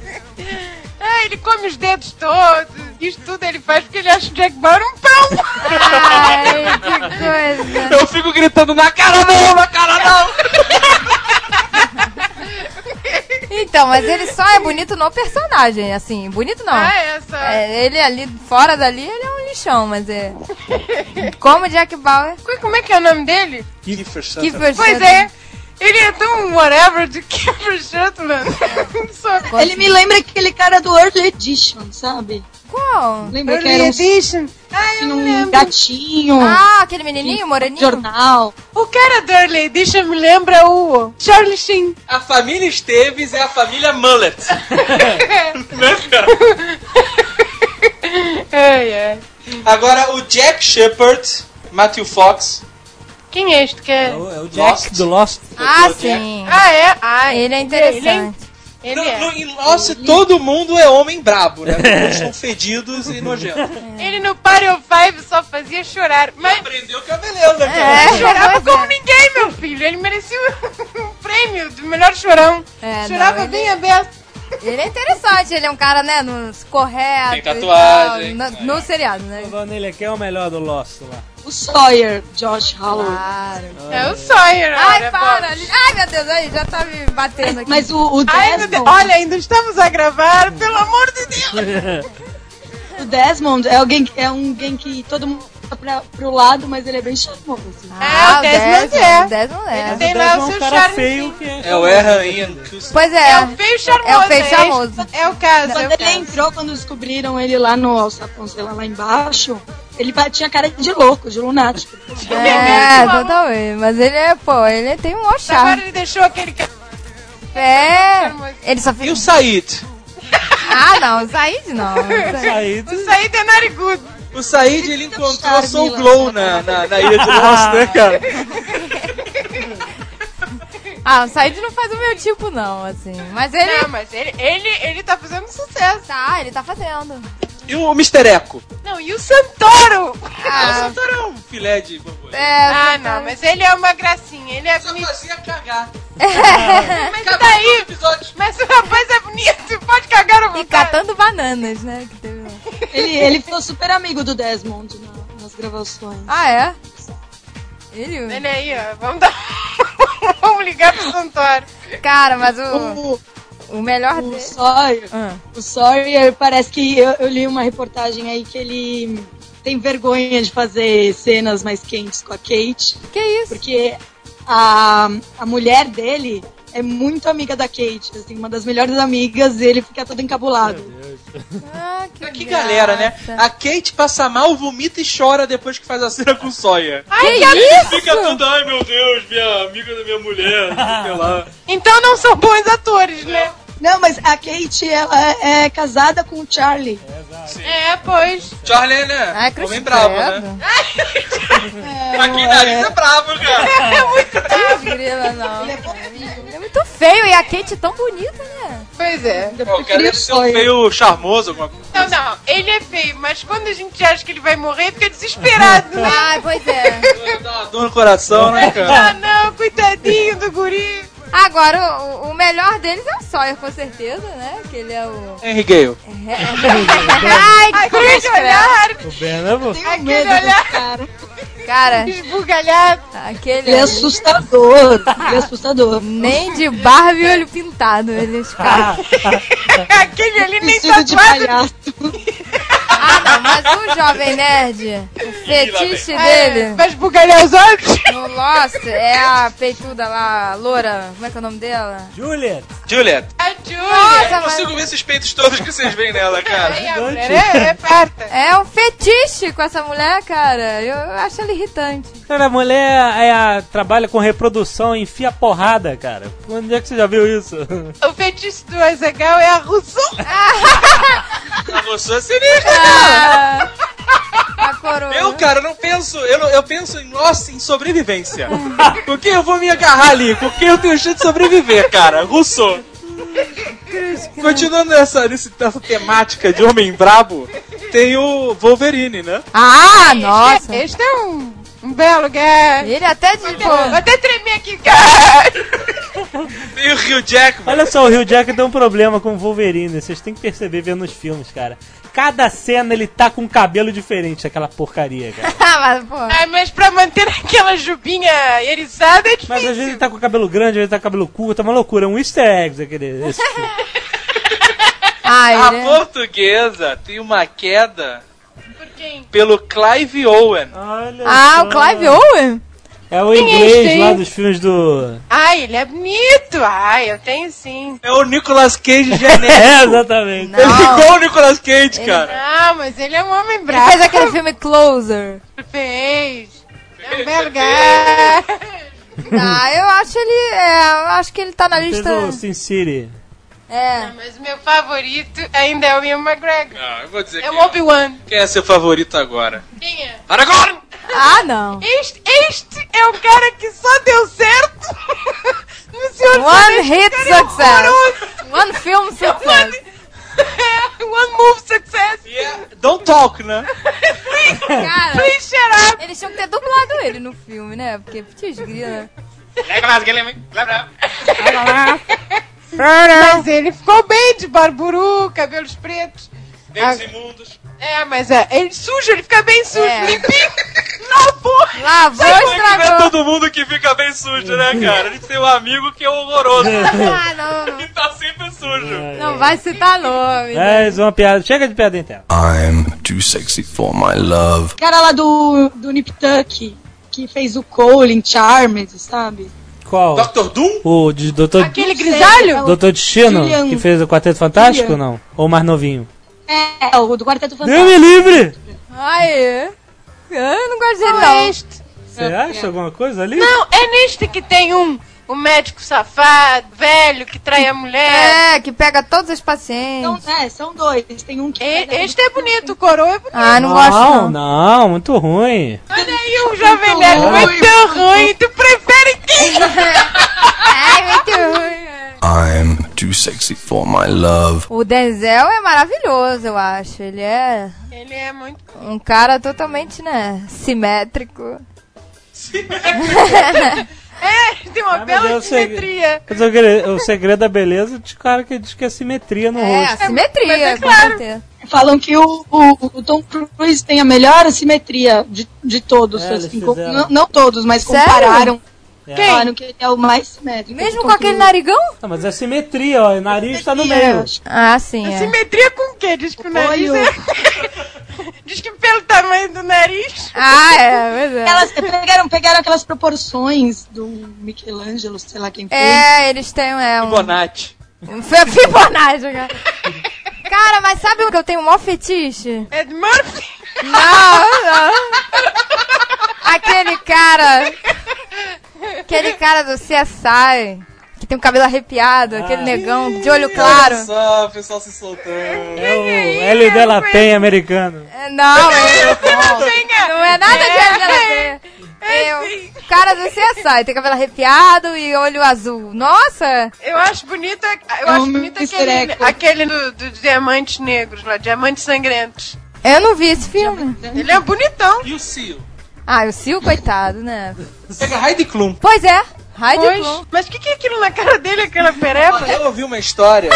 Ah, ele come os dedos todos. Isso tudo ele faz porque ele acha o Jack Bauer um pão.
Ai,
[LAUGHS]
que coisa.
eu fico gritando na cara não, na cara não.
Então, mas ele só é bonito no personagem, assim. Bonito não.
Ah, essa.
É, ele ali, fora dali, ele é um lixão, mas é. Como Jack Bauer.
Ui, Como é que é o nome dele?
Kiefer
Que
Sutherland.
foi
Pois é. Ele é tão whatever de [LAUGHS] Kiefer Sutherland. [LAUGHS] Só-
Ele me lembra aquele cara do Early Edition, sabe?
Qual?
Lembra que era um,
Edition. Ah, eu
tinha
não
um
lembro.
gatinho,
Ah, aquele menininho, moreninho?
jornal.
O cara do Early Edition me lembra o Charlie Sheen.
A família Esteves é a família Mullet. [LAUGHS] né, cara?
Ai, ai.
Agora, o Jack Shepard, Matthew Fox.
Quem é este que é?
É o, é o Jack do Lost.
Ah,
Jack.
sim.
Ah, é? Ah,
Ele é
Ele,
interessante.
ele
No, no,
é.
em Lost, todo mundo é homem brabo, né? Todos são fedidos e nojentos.
Ele no Party 5 só fazia chorar. Mas
Aprendeu que é beleza, né, cara?
É,
chorava
pois
como ninguém, meu filho. Ele merecia um [LAUGHS] prêmio do melhor chorão.
É,
Chorava
não, ele-
bem aberto.
Ele é interessante, ele é um cara, né, nos correto.
Tem tatuagem,
e tal, No, no seriado, né?
O nele aqui é o melhor do Lost lá.
O Sawyer, Josh Holloway.
Ah, Claro.
É o Sawyer.
Ai,
olha,
para!
bom.
ali- Ai, meu Deus, aí, já tá me batendo aqui.
Mas o, o
Ai, meu Deus.
Desmond,
Olha, ainda estamos a gravar, pelo amor de Deus.
o Desmond é alguém que- é um alguém que todo mundo tá pra, pro lado, mas ele é bem charmoso. assim.
Ah, o Desmond é.
O Desmond é.
Ele tem lá o
Mas
seu
um cara
charme.
feio que é.
É o Erra Ian Cus-
Pois é.
É o feio charmoso.
É o feio
esse.
charmoso.
É o caso. é
Quando
o
ele
caso.
entrou, quando descobriram ele lá no alçapão, sei lá, lá embaixo, ele tinha cara de louco, de lunático.
É, totalmente. Mas ele é, pô, ele tem um mau
Agora
charme.
ele um deixou aquele cara.
É. Ele só
E
fica.
o Said?
Ah, não, o Said não. o
[LAUGHS]
Said.
Aí,
O saída é narigudo.
O Said, ele encontrou a
charme
Soul
lá.
Glow na, na, na ilha de Lost, né, cara?
Ah, o Said não faz o meu tipo, não, assim. Mas ele.
Não, mas ele, ele, ele tá fazendo sucesso.
Tá, ele tá fazendo.
E o Mr. Echo?
Não, e o Santoro?
Ah.
Ah,
O Santoro é um filé de borboleta.
é,
Ah, não, mas ele é uma gracinha. Ele é
Só
bonito.
fazia cagar.
Mas
Acabou
daí,
o episódio.
mas o rapaz é bonito. Pode cagar à
E
vontade.
catando bananas, né? que teve lá.
Ele, ele ficou super amigo do Desmond na- nas gravações.
Ah, é? Ele.
Ele aí, ó. Vamos dar... [LAUGHS] Vamos ligar pro Santoro.
Cara, mas o,
O,
o melhor
o
dele.
Sawyer,
Ah.
o Sawyer parece que eu, eu li uma reportagem aí que ele tem vergonha de fazer cenas mais quentes com a Kate,
Que isso?
porque a, a mulher dele é muito amiga da Kate, assim, uma das melhores amigas, e ele fica todo encabulado.
Ah, que,
Que galera, né?
graça.
A Kate passa mal, vomita e chora depois que faz a cena com o Sawyer.
Que isso?
Fica tudo, ai meu Deus, minha amiga da minha mulher, sei lá.
[LAUGHS] Então não são bons atores, né?
Não, mas a Kate, ela é, é casada com o Charlie.
É, pois.
Charlie, né?
Ai, cruz
Homem bravo, né?
credo.
Aqui na lista é bravo, cara.
Ah, grila, não. Ele é muito feio e a Kate é tão bonita, né?
Pois é.
Eu
Pô, o
prefiro
cara
o
deve ser um
Sawyer.
feio charmoso, alguma coisa.
Não, não. Ele é feio, mas quando a gente acha que ele vai morrer, fica desesperado, né?
[LAUGHS] Ah, pois é.
Dá uma dor no coração, né, cara?
Ah, não, coitadinho do guri.
Agora, o, o melhor deles é o Sawyer, com certeza, né? Que ele é o.
Henry Gale.
Ai, cruz
Aquele olhar,
o Ben é bom.
Tenho
aquele
um medo do
olhar
cara.
credo. Cara,
esbugalhado.
aquele.
Ele é assustador. Ele é assustador.
Nem de barba e olho pintado, eles cara.
Aquele ali nem tá
Vestido de
tatuado
palhaço.
Ah, não, mas o jovem nerd, o fetiche
É,
um dele
vai esbugalhar os
[LAUGHS]
olhos.
no Lost é a peituda lá, loura, como é que é o nome dela?
Juliet.
Juliet,
A Julia. [LAUGHS]
Nossa,
eu consigo ver esses peitos todos que vocês veem nela, cara.
É, a mulher é, é parta.
É um fetiche com essa mulher, cara. Eu, eu acho ela irritante.
Cara, a mulher é a- trabalha com reprodução e enfia porrada, cara. Onde é que você já viu
[LAUGHS]
isso?
O fetiche do Azagal é a Russo.
A moça é sinistra.
Ah, a coroa.
Eu, cara, não penso. Eu, não- eu penso em, nossa, em sobrevivência. Com quem eu vou me agarrar ali? Com quem eu tenho chance de sobreviver, cara? Russo. Continuando nessa, nesse- nessa temática de homem brabo, tem o Wolverine, né?
Ah, nossa.
Este é um, um belo lugar.
Ele até de
Vou
pô, [LAUGHS]
até tremer aqui, cara.
Tem o Hugh Jackman.
Olha só, o Rio Jack tem um problema com o Wolverine. Vocês têm que perceber vendo os filmes, cara. Cada cena ele tá com um cabelo diferente, aquela porcaria,
[LAUGHS]
cara.
mas, pô.
Ah, mas pra manter aquela jubinha erizada é difícil.
Mas às vezes ele tá com o cabelo grande, às vezes tá com o cabelo curto, é uma loucura, é um easter egg aquele. Esse
[LAUGHS]
filme.
Ah,
A
ele...
portuguesa tem uma queda
Por quem?
pelo Clive Owen.
Olha
Ah,
só.
o Clive Owen?
É o
Quem é esse
inglês
aí?
lá dos filmes
[LAUGHS]
do.
Ai, ele é bonito. Ai, eu tenho sim.
É o Nicolas Cage genérico.
É, exatamente.
Ele
Não.
ficou o Nicolas Cage, cara.
Ah, mas ele é um homem
Ele
bravo.
fez aquele filme Closer.
Fez. É um belo lugar.
Ah, eu acho ele. É, eu acho que ele tá na
Fez
lista.
o Sin City. [LAUGHS]
É.
[LAUGHS] Mas o meu favorito ainda é o Ian McGregor.
Ah, eu vou dizer
É o
quem é.
Obi-Wan.
Quem é seu favorito agora?
Quem é?
Aragorn!
Ah, não.
Este, este é o cara que só deu certo [LAUGHS] no Senhor dos
One
Anéis,
hit
cara, é
success. One film
One,
success.
é, [LAUGHS] one move success. [LAUGHS]
Don't talk, né?
Cara,
Please shut up.
eles tinham que ter dublado ele no filme, né? Porque né? putz grila.
É
Mas ele ficou bem de barburu, cabelos pretos.
Ah.
Deuses imundos.
É, mas é, ele sujo, ele fica bem sujo,
É.
limpinho, novo.
Lavou,
Não é
estragou.
todo mundo que fica bem sujo, né, cara? A gente tem um amigo que é horroroso.
Ah, não.
e tá sempre sujo.
Não vai citar nome.
Mais uma piada. Chega de piada interna.
I'm too sexy for my love.
O cara lá do, do Nip Tuck, que fez o Cole em Charmed, sabe?
Qual?
Dr. Doom?
O de Doutor,
Aquele
Não sei, é
grisalho?
o-
Doutor Destino,
Julian.
que fez o Quarteto Fantástico ou
Julian.
não? Ou o mais novinho?
É, o do Quarteto
Deus
Fantástico.
me livre!
Ai. Eu não gosto dele,
Não,
não. é.
este.
Você acha alguma coisa ali?
não, é neste que tem um, o médico safado, velho, que trai a mulher.
É, que pega todos os
São,
pacientes.
é, são dois. Tem um que.
E- Este é bonito, o coroa é bonito.
Ah, não gosto
não,
não.
não, muito ruim.
Olha aí, um jovem nerd, mas tão ruim, tu prefere quem?
Ai, muito ruim. é.
I'm too sexy for my love.
O Denzel é maravilhoso, eu acho. Ele é
Ele é muito...
um cara totalmente, né, simétrico.
É, tem uma
Ah, mas
bela
eu sei-
simetria.
Mas o gre- o segredo da beleza é de cara que diz que é simetria no
É, a
rosto.
simetria,
mas é
com
claro.
certeza.
Falam que o, o- o Tom Cruise tem a melhor simetria de, de todos.
É,
assim,
eles
com-
fizeram.
não, não todos, mas
Sério?
compararam.
Quem?
Falaram que ele é o mais simétrico.
Mesmo
Tom
com aquele
Cruise.
narigão?
Não, mas é simetria, ó. O nariz tá no
Simetria, eu
meio.
acho.
Ah, sim, é.
Simetria com o quê? Diz que o nariz
Olho.
é- Diz que pelo tamanho do nariz...
Ah, é, pois é.
Elas pegaram, pegaram aquelas proporções do Michelangelo, sei lá quem foi.
É, eles têm é, um...
Bonatti.
um fe- Fibonacci, cara. Cara, mas sabe o que eu tenho o maior fetiche?
Ed Murphy...
Não, não. Aquele cara... Aquele cara do CSI, que tem o cabelo arrepiado, aquele
Ah.
negão de olho claro.
Olha só, o pessoal se soltando.
É o L de la Penha americano.
É, Não, é...
Venha.
Não é nada de Angela
É,
Tem
sim.
o cara do CSI, tem cabelo arrepiado e olho azul. Nossa!
Eu acho bonito, eu
É
acho
um
bonito aquele,
mistereco.
aquele do- dos diamantes negros lá, diamantes sangrentos.
Eu não vi esse filme.
Ele é bonitão.
E o Seal?
Ah, o Sil, coitado, né?
Pega Heidi Klum.
Pois é, Heidi
Pois.
Klum.
Mas o que, que é aquilo na cara dele, aquela
[LAUGHS]
perepa?
Eu ouvi uma história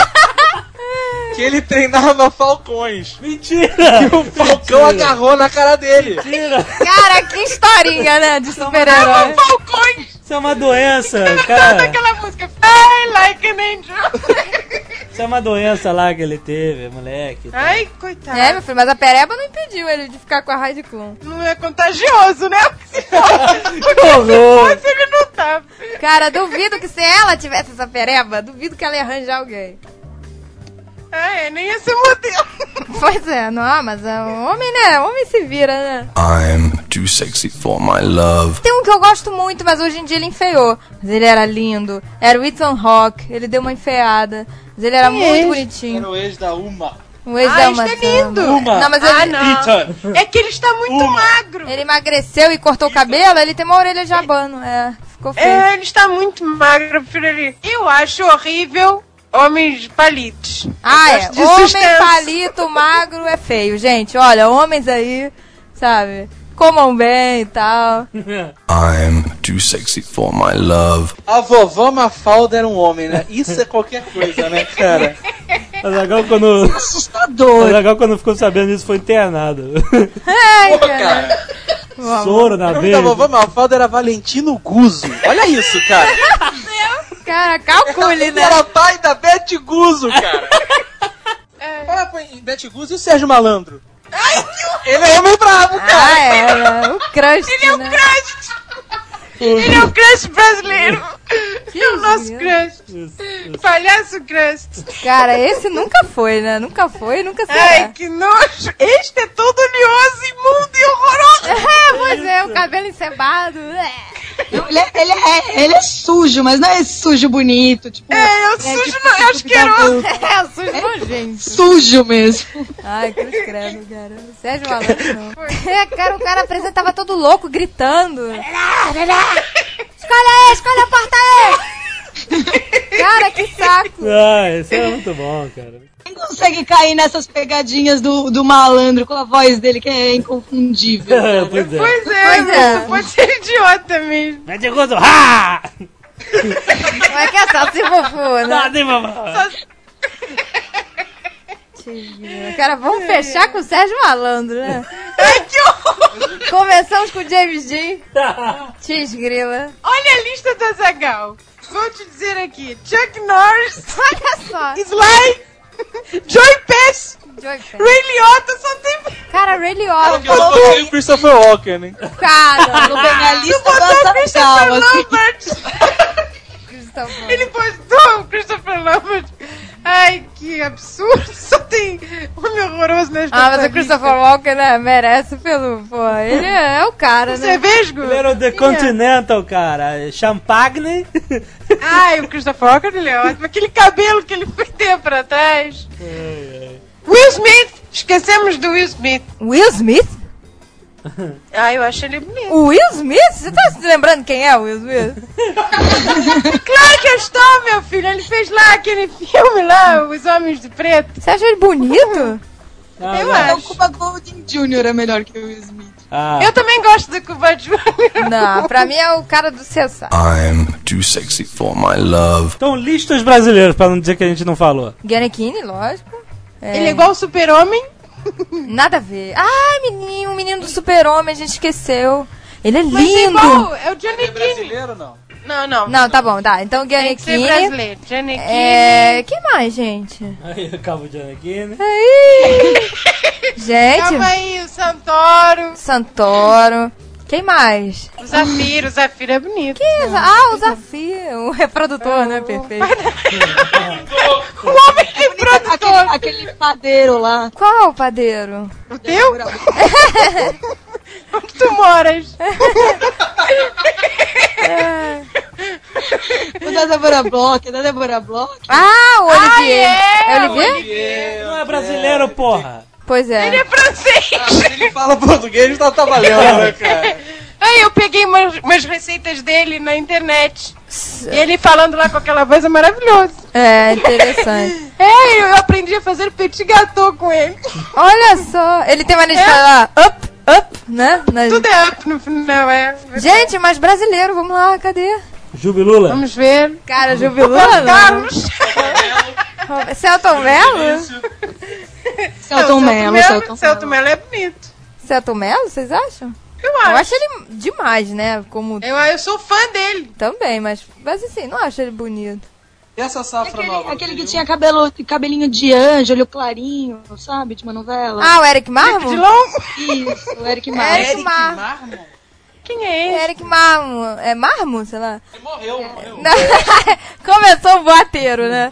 que ele treinava falcões.
Mentira!
O falcão agarrou na cara dele.
Mentira!
Cara, que historinha, né? De super-herói.
Falcões!
Isso [LAUGHS] é uma doença,
Canta
cara.
aquela música. I like an angel.
Isso é uma doença lá que ele teve, moleque.
Ai, coitado.
É, meu filho, mas a Pereba não impediu ele de ficar com a Heidi Klum.
Não é contagioso, né? Se
Que horror!
fosse, ele não tá. tava.
Cara, duvido que se ela tivesse essa Pereba, duvido que ela ia arranjar alguém.
É, nem ia ser modelo.
Pois é, não, mas é um homem, né? Homem se vira, né?
I'm too sexy for my love.
Tem um que eu gosto muito, mas hoje em dia ele enfeiou. Mas ele era lindo. Era o Ethan Rock. Ele deu uma enfeiada. Mas ele era
Quem é
muito
esse?
bonitinho.
Era o ex da Uma.
O ex
Ah,
da
isso
Uma
é
Thurman.
lindo.
Uma.
Não, mas
Ah,
ele,
não.
Ethan.
É que ele está muito
Uma.
magro.
ele emagreceu e cortou o cabelo. Ele tem uma orelha de abano. É, ficou feio.
É, ele está muito magro, eu prefiro ele. Eu acho horrível homens palitos.
Ah,
Eu
é.
gosto de
Homem
sustância.
palito magro é feio, gente. Olha, homens aí, sabe? Comam bem e tal.
I'm too sexy for my love.
A vovó Mafalda era um homem, né? Isso é qualquer coisa, né, cara?
O legal quando, o
Assustador.
legal quando ficou sabendo disso foi internado.
Ai,
É,
Pô,
cara.
[LAUGHS]
cara.
Soro
O
na
nome da
veia.
é vovó Mafalda era Valentino Guzzo. Olha isso,
[LAUGHS]
cara.
Cara, calcule,
Ele
né?
era pai da Beth Guzzo, cara.
É.
Fala pra Beth Guzzo e o Sérgio Malandro. Ele é homem bravo, cara.
Ah, é. O crush,
Ele é o
né?
crush. Ele
um
é o crush brasileiro. É o nosso crush. Palhaço crush.
Cara, esse nunca foi, né? Nunca foi, nunca será.
Ai, que nojo. Este é todo oleoso, imundo e horroroso.
É, pois é, o cabelo encebado.
[LAUGHS]
É.
[LAUGHS]
Não, ele, é, ele, é, ele é sujo, mas não é esse sujo bonito. Tipo,
É, eu
né,
sujo,
tipo,
não, eu acho que era outro.
É, sujo nojento.
Sujo mesmo.
Ai, cruz credo, cara. Sérgio Malandro, não. É, cara, o cara apresentava todo louco, gritando. Escolhe aí, escolhe a porta aí! Cara, que saco!
Ah, esse era muito bom, cara.
Quem consegue cair nessas pegadinhas do, do malandro com a voz dele que
[LAUGHS]
é inconfundível?
É, pois é.
Pois é,
Pois é.
você pode ser idiota mesmo.
Mete gozo, ha!
Como é que é só se fofo, né?
Nada, hein, mamãe?
Cara, vamos fechar com o Sérgio Malandro, né? Ai, que horror! Começamos com o James Dean. Tis grila.
Olha a lista do Azagal. Vou te dizer aqui: Chuck Norris,
Olha
[LAUGHS]
só.
Sly, Joy Pesci,
Joy Fett.
Ray Liotta, só tem.
Cara, Ray Liotta.
É
Eu botei o Christopher Walker, né?
[LAUGHS]
Cara,
No penalista do
Christopher
Azaghal, assim.
Lambert.
Cristão.
Ele postou o Christopher Lambert. Ai, que absurdo. [LAUGHS] Só tem homem horroroso nesta
Ah, mas
lista.
o Christopher Walker, né, merece pelo... Pô, ele é o cara, né?
Cervesgo?
Ele era o The Continental, cara. Champagne.
Ai, o Christopher Walker ele é ótimo. Aquele cabelo que ele perdeu pra trás. Will Smith! Esquecemos do Will Smith.
Will Smith?
Ah, eu acho ele bonito.
O Will Smith? Você tá se lembrando quem é o Will Smith?
Claro que eu estou, é meu filho. Ele fez lá aquele filme lá, Os Homens de Preto.
Você acha ele
[LAUGHS]
bonito?
Ah,
eu
não.
Então,
acho.
Cuba Golding Jr. é melhor que o Will Smith.
Ah,
Eu também gosto do Cuba Jr.
Não, pra mim é o cara do Cessar.
I'm too sexy for my love.
Então, lista os brasileiros, pra não dizer que a gente não falou.
Giannichini, lógico. É,
Ele é igual o Super-Homem.
Nada a ver. Ai, menino, o menino do super-homem, a gente esqueceu. Ele é
Mas é
lindo.
igual, é o Johnny
É
King.
brasileiro, não?
Não, não.
Não, tá bom, tá. Então,
Tem que ser
Giannichini.
brasileiro. Johnny
É... Quem mais,
[LAUGHS]
gente?
Aí, acabo de aqui, né?
Aí.
King. Calma
gente,
aí, o Santoro,
Santoro. Quem mais?
o Zafiro. O Zafiro é bonito.
Quem é essa- Ah, o Zafir, o reprodutor,
É
né? Perfeito.
O homem é que
Aquele, aquele padeiro lá.
Qual o padeiro?
O teu? [LAUGHS] Onde tu moras?
O da Débora Bloch, o da Débora Bloch.
Ah, o Olivier.
é,
é Olivier?
Não é brasileiro, porra.
Pois é.
Ele é francês!
Ele fala português, tá, tá valendo, né, cara?
Aí eu peguei umas, umas receitas dele na internet. E ele falando lá com aquela voz é maravilhoso.
É, interessante.
É, eu aprendi a fazer petit gâteau com ele.
Olha só, ele tem mania de falar up, up, né? Nas-
É. Tudo é up no final, é.
Gente, mas brasileiro, vamos lá, cadê?
Jubilula.
Vamos ver.
Cara, Jubilano.
Carlos!
[LAUGHS] Celton Mello?
Celton Mello, Celton
Celton
Mello.
Mello é bonito.
Celton Mello, vocês acham?
Eu
Eu
acho. É.
acho ele demais, né? Como
Eu, eu sou fã dele.
também, mas, mas assim, não acho ele bonito.
E essa safra
Aquele,
nova?
aquele que
viu?
tinha cabelo, cabelinho de anjo, olho clarinho, sabe? De uma novela.
Ah, o Eric
De
Marmo?
longo.
Isso, o Eric Maia.
Eric Marmo.
Quem é esse?
Eric Marmo. É Marmo? Sei lá.
Ele morreu, morreu.
Não, [LAUGHS] Começou o boateiro, né?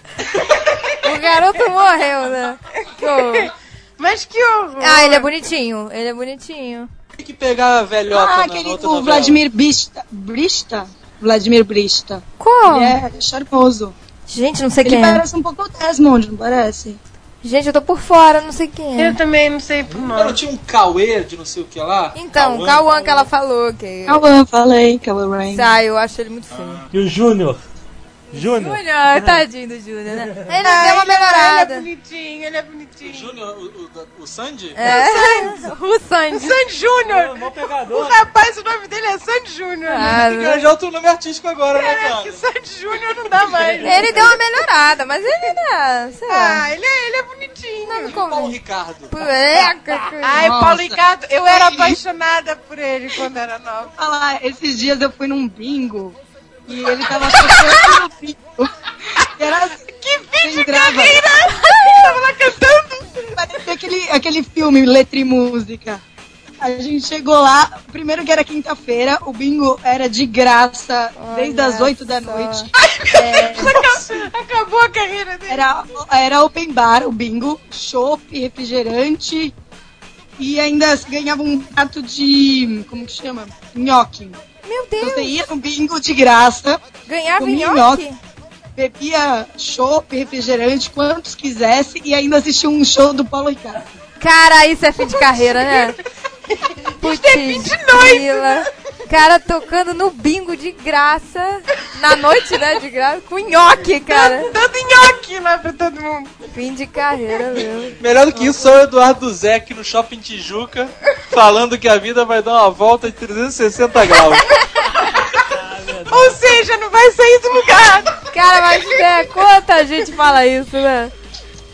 O garoto morreu, né? Que horror.
Mas que horror.
Ah, ele é bonitinho. Ele é bonitinho.
Tem que pegar a velhota
Ah,
na
aquele
outra
o
novela.
Vladimir Brista. Brista? Vladimir Brista.
Qual?
Ele é charmoso.
Gente, não sei
Ele
quem é.
parece um pouco o Desmond, não parece?
Gente, eu tô por fora, não sei quem é.
Eu também não sei por
Cara, não
nome.
tinha um Cauê de não sei o que lá?
Então, o Cauã que ela falou que...
Cauã, falei, Cauã Raymond.
Sai, eu acho ele muito feio.
E o Júnior? Júnior?
Júnior, tadinho do Júnior, né? Ele
Ah,
deu uma
ele é-
melhorada.
Ele é bonitinho, ele é
O
bonitinho.
Júnior, o, o, o Sandy?
É, o Sandy.
Sandy Júnior.
Mó
O
pegador.
rapaz, o nome dele é Sandy Júnior.
Ah,
Tem que arranjar outro nome artístico agora, né,
É, que
cara?
Sandy Júnior não dá mais.
Ele deu uma melhorada, mas ele ainda, sei lá.
Ah, ele é, ele é bonitinho.
Não
Paulo
convence.
Ricardo.
[LAUGHS] Pueca.
Ai,
Nossa.
Paulo Ricardo, eu era apaixonada por ele quando era nova.
falar, esses dias eu fui num bingo e ele tava tocando no bingo. E era que vídeo grava.
Tava lá cantando.
Parecia aquele, aquele filme Letra e Música. A gente chegou lá, primeiro que era quinta-feira, o bingo era de graça, desde as 8 da noite.
Acabou a carreira dele.
Era, era open bar, o bingo, chopp, refrigerante e ainda se ganhava um prato de. como que chama? Nhoque.
Meu
Então você
Deus,
ia no bingo de graça,
ganhava
comi
nhoque.
bebia chopp, refrigerante, quantos quisesse e ainda assistia um show do Paulo Ricardo.
Cara, isso é fim de carreira, né? Putz, grila. Cara tocando no bingo de graça. Na noite, né? De graça. Com nhoque, cara.
Dando nhoque lá pra todo mundo.
Fim de carreira, meu.
Melhor do que isso, sou o Eduardo Zec no Shopping Tijuca, falando que a vida vai dar uma volta de 360 graus.
Ou seja, não vai sair do lugar.
Cara, mas é, quanta gente fala isso, né?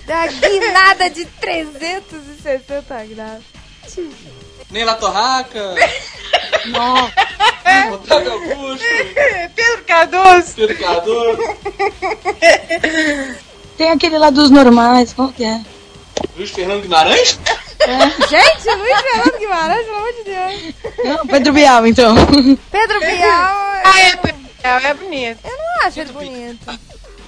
Da guinada de 360 graus.
Neila Torraca,
Nossa,
Otávio Augusto,
É Pedro Cardoso.
Pedro Cardoso,
tem aquele lá dos normais, qual que é?
Luiz Fernando Guimarães?
Gente, Luiz Fernando Guimarães, pelo amor de Deus.
Não, Pedro Bial, então.
Pedro Bial,
Ah, é bonito. É bonito.
eu não acho ele bonito.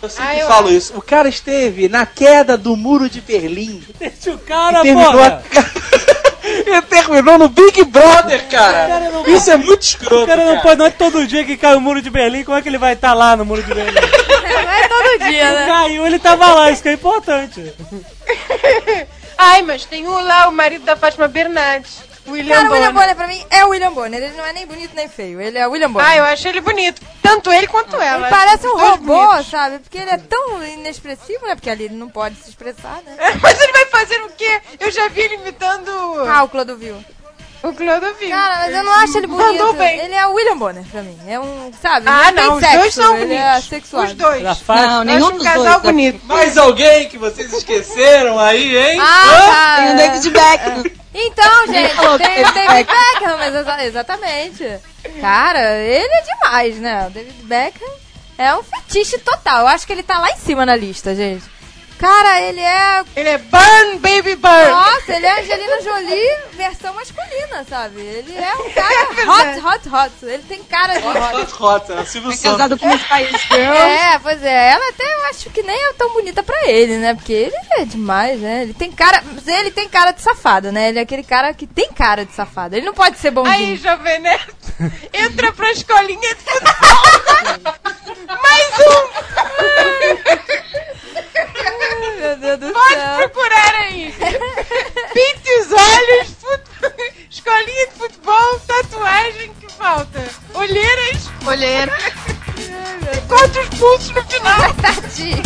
Eu sempre
Ah, eu
falo isso. O cara esteve na queda do muro de Berlim
Deixa o cara,
e terminou,
porra.
a... e terminou no Big Brother, cara. Isso é muito escroto,
O cara não
cara.
pode, não é todo dia que cai o muro de Berlim, como é que ele vai estar lá no muro de Berlim?
Não é todo dia, né?
Caiu, ele tava lá, isso que é importante.
Ai, mas tem um lá, o marido da Fátima Bernardes. William
Cara, o William
Bonner.
Bonner pra mim é o William Bonner. Ele não é nem bonito nem feio. Ele é o William Bonner.
Ah, eu achei ele bonito. Tanto ele quanto ela.
ele parece um
Os dois
robô,
bonitos. [LAUGHS]
sabe? Porque ele é tão inexpressivo, né? Porque ali ele não pode se expressar, né?
Mas ele vai fazer o quê? Eu já vi ele imitando
Ah, o Clodovil.
o Clodovil.
Cara, mas eu não acho ele bonito.
Mandou bem.
Ele é o William Bonner pra mim. É um, sabe?
Ah,
tem
não, os
sexo,
dois são
ele
bonitos.
É sexual.
Os dois.
Na
Eu
faixa.
Não,
acho
nenhum
um
dos
casal
dois. tá? né?
bonito.
Mais alguém que vocês esqueceram aí, hein?
Ah,
um
tá.
Tem o David
É.
Beckham.
Então, gente,
falou do
tem o
David
David Beckham, mas exa- exatamente. Cara, ele é demais, né? O David Beckham é um fetiche total. Eu acho que ele tá lá em cima na lista, gente. Cara, ele é.
Ele é Burn Baby Burn.
Nossa, ele é Angelina Jolie versão masculina, sabe? Ele [LAUGHS] é um cara hot, hot, hot. Ele tem cara de hot.
Hot, hot, é o Silvio
É
Santos.
casado com uma Spice Girl.
É, pois é, ela até eu acho que nem é tão bonita pra ele, né? Porque ele é demais, né? Ele tem cara. Ele tem cara de safado, né? Ele é aquele cara que tem cara de safado. Ele não pode ser bonzinho.
Aí, Jovem Neto, entra pra escolinha de futebol. Mais um,
Meu Deus do
pode
céu.
procurar aí. Pinte os olhos, fut- escolinha de futebol, tatuagem que falta. Olheiras,
Olheira.
encontra os pulsos no final.
Tadinho.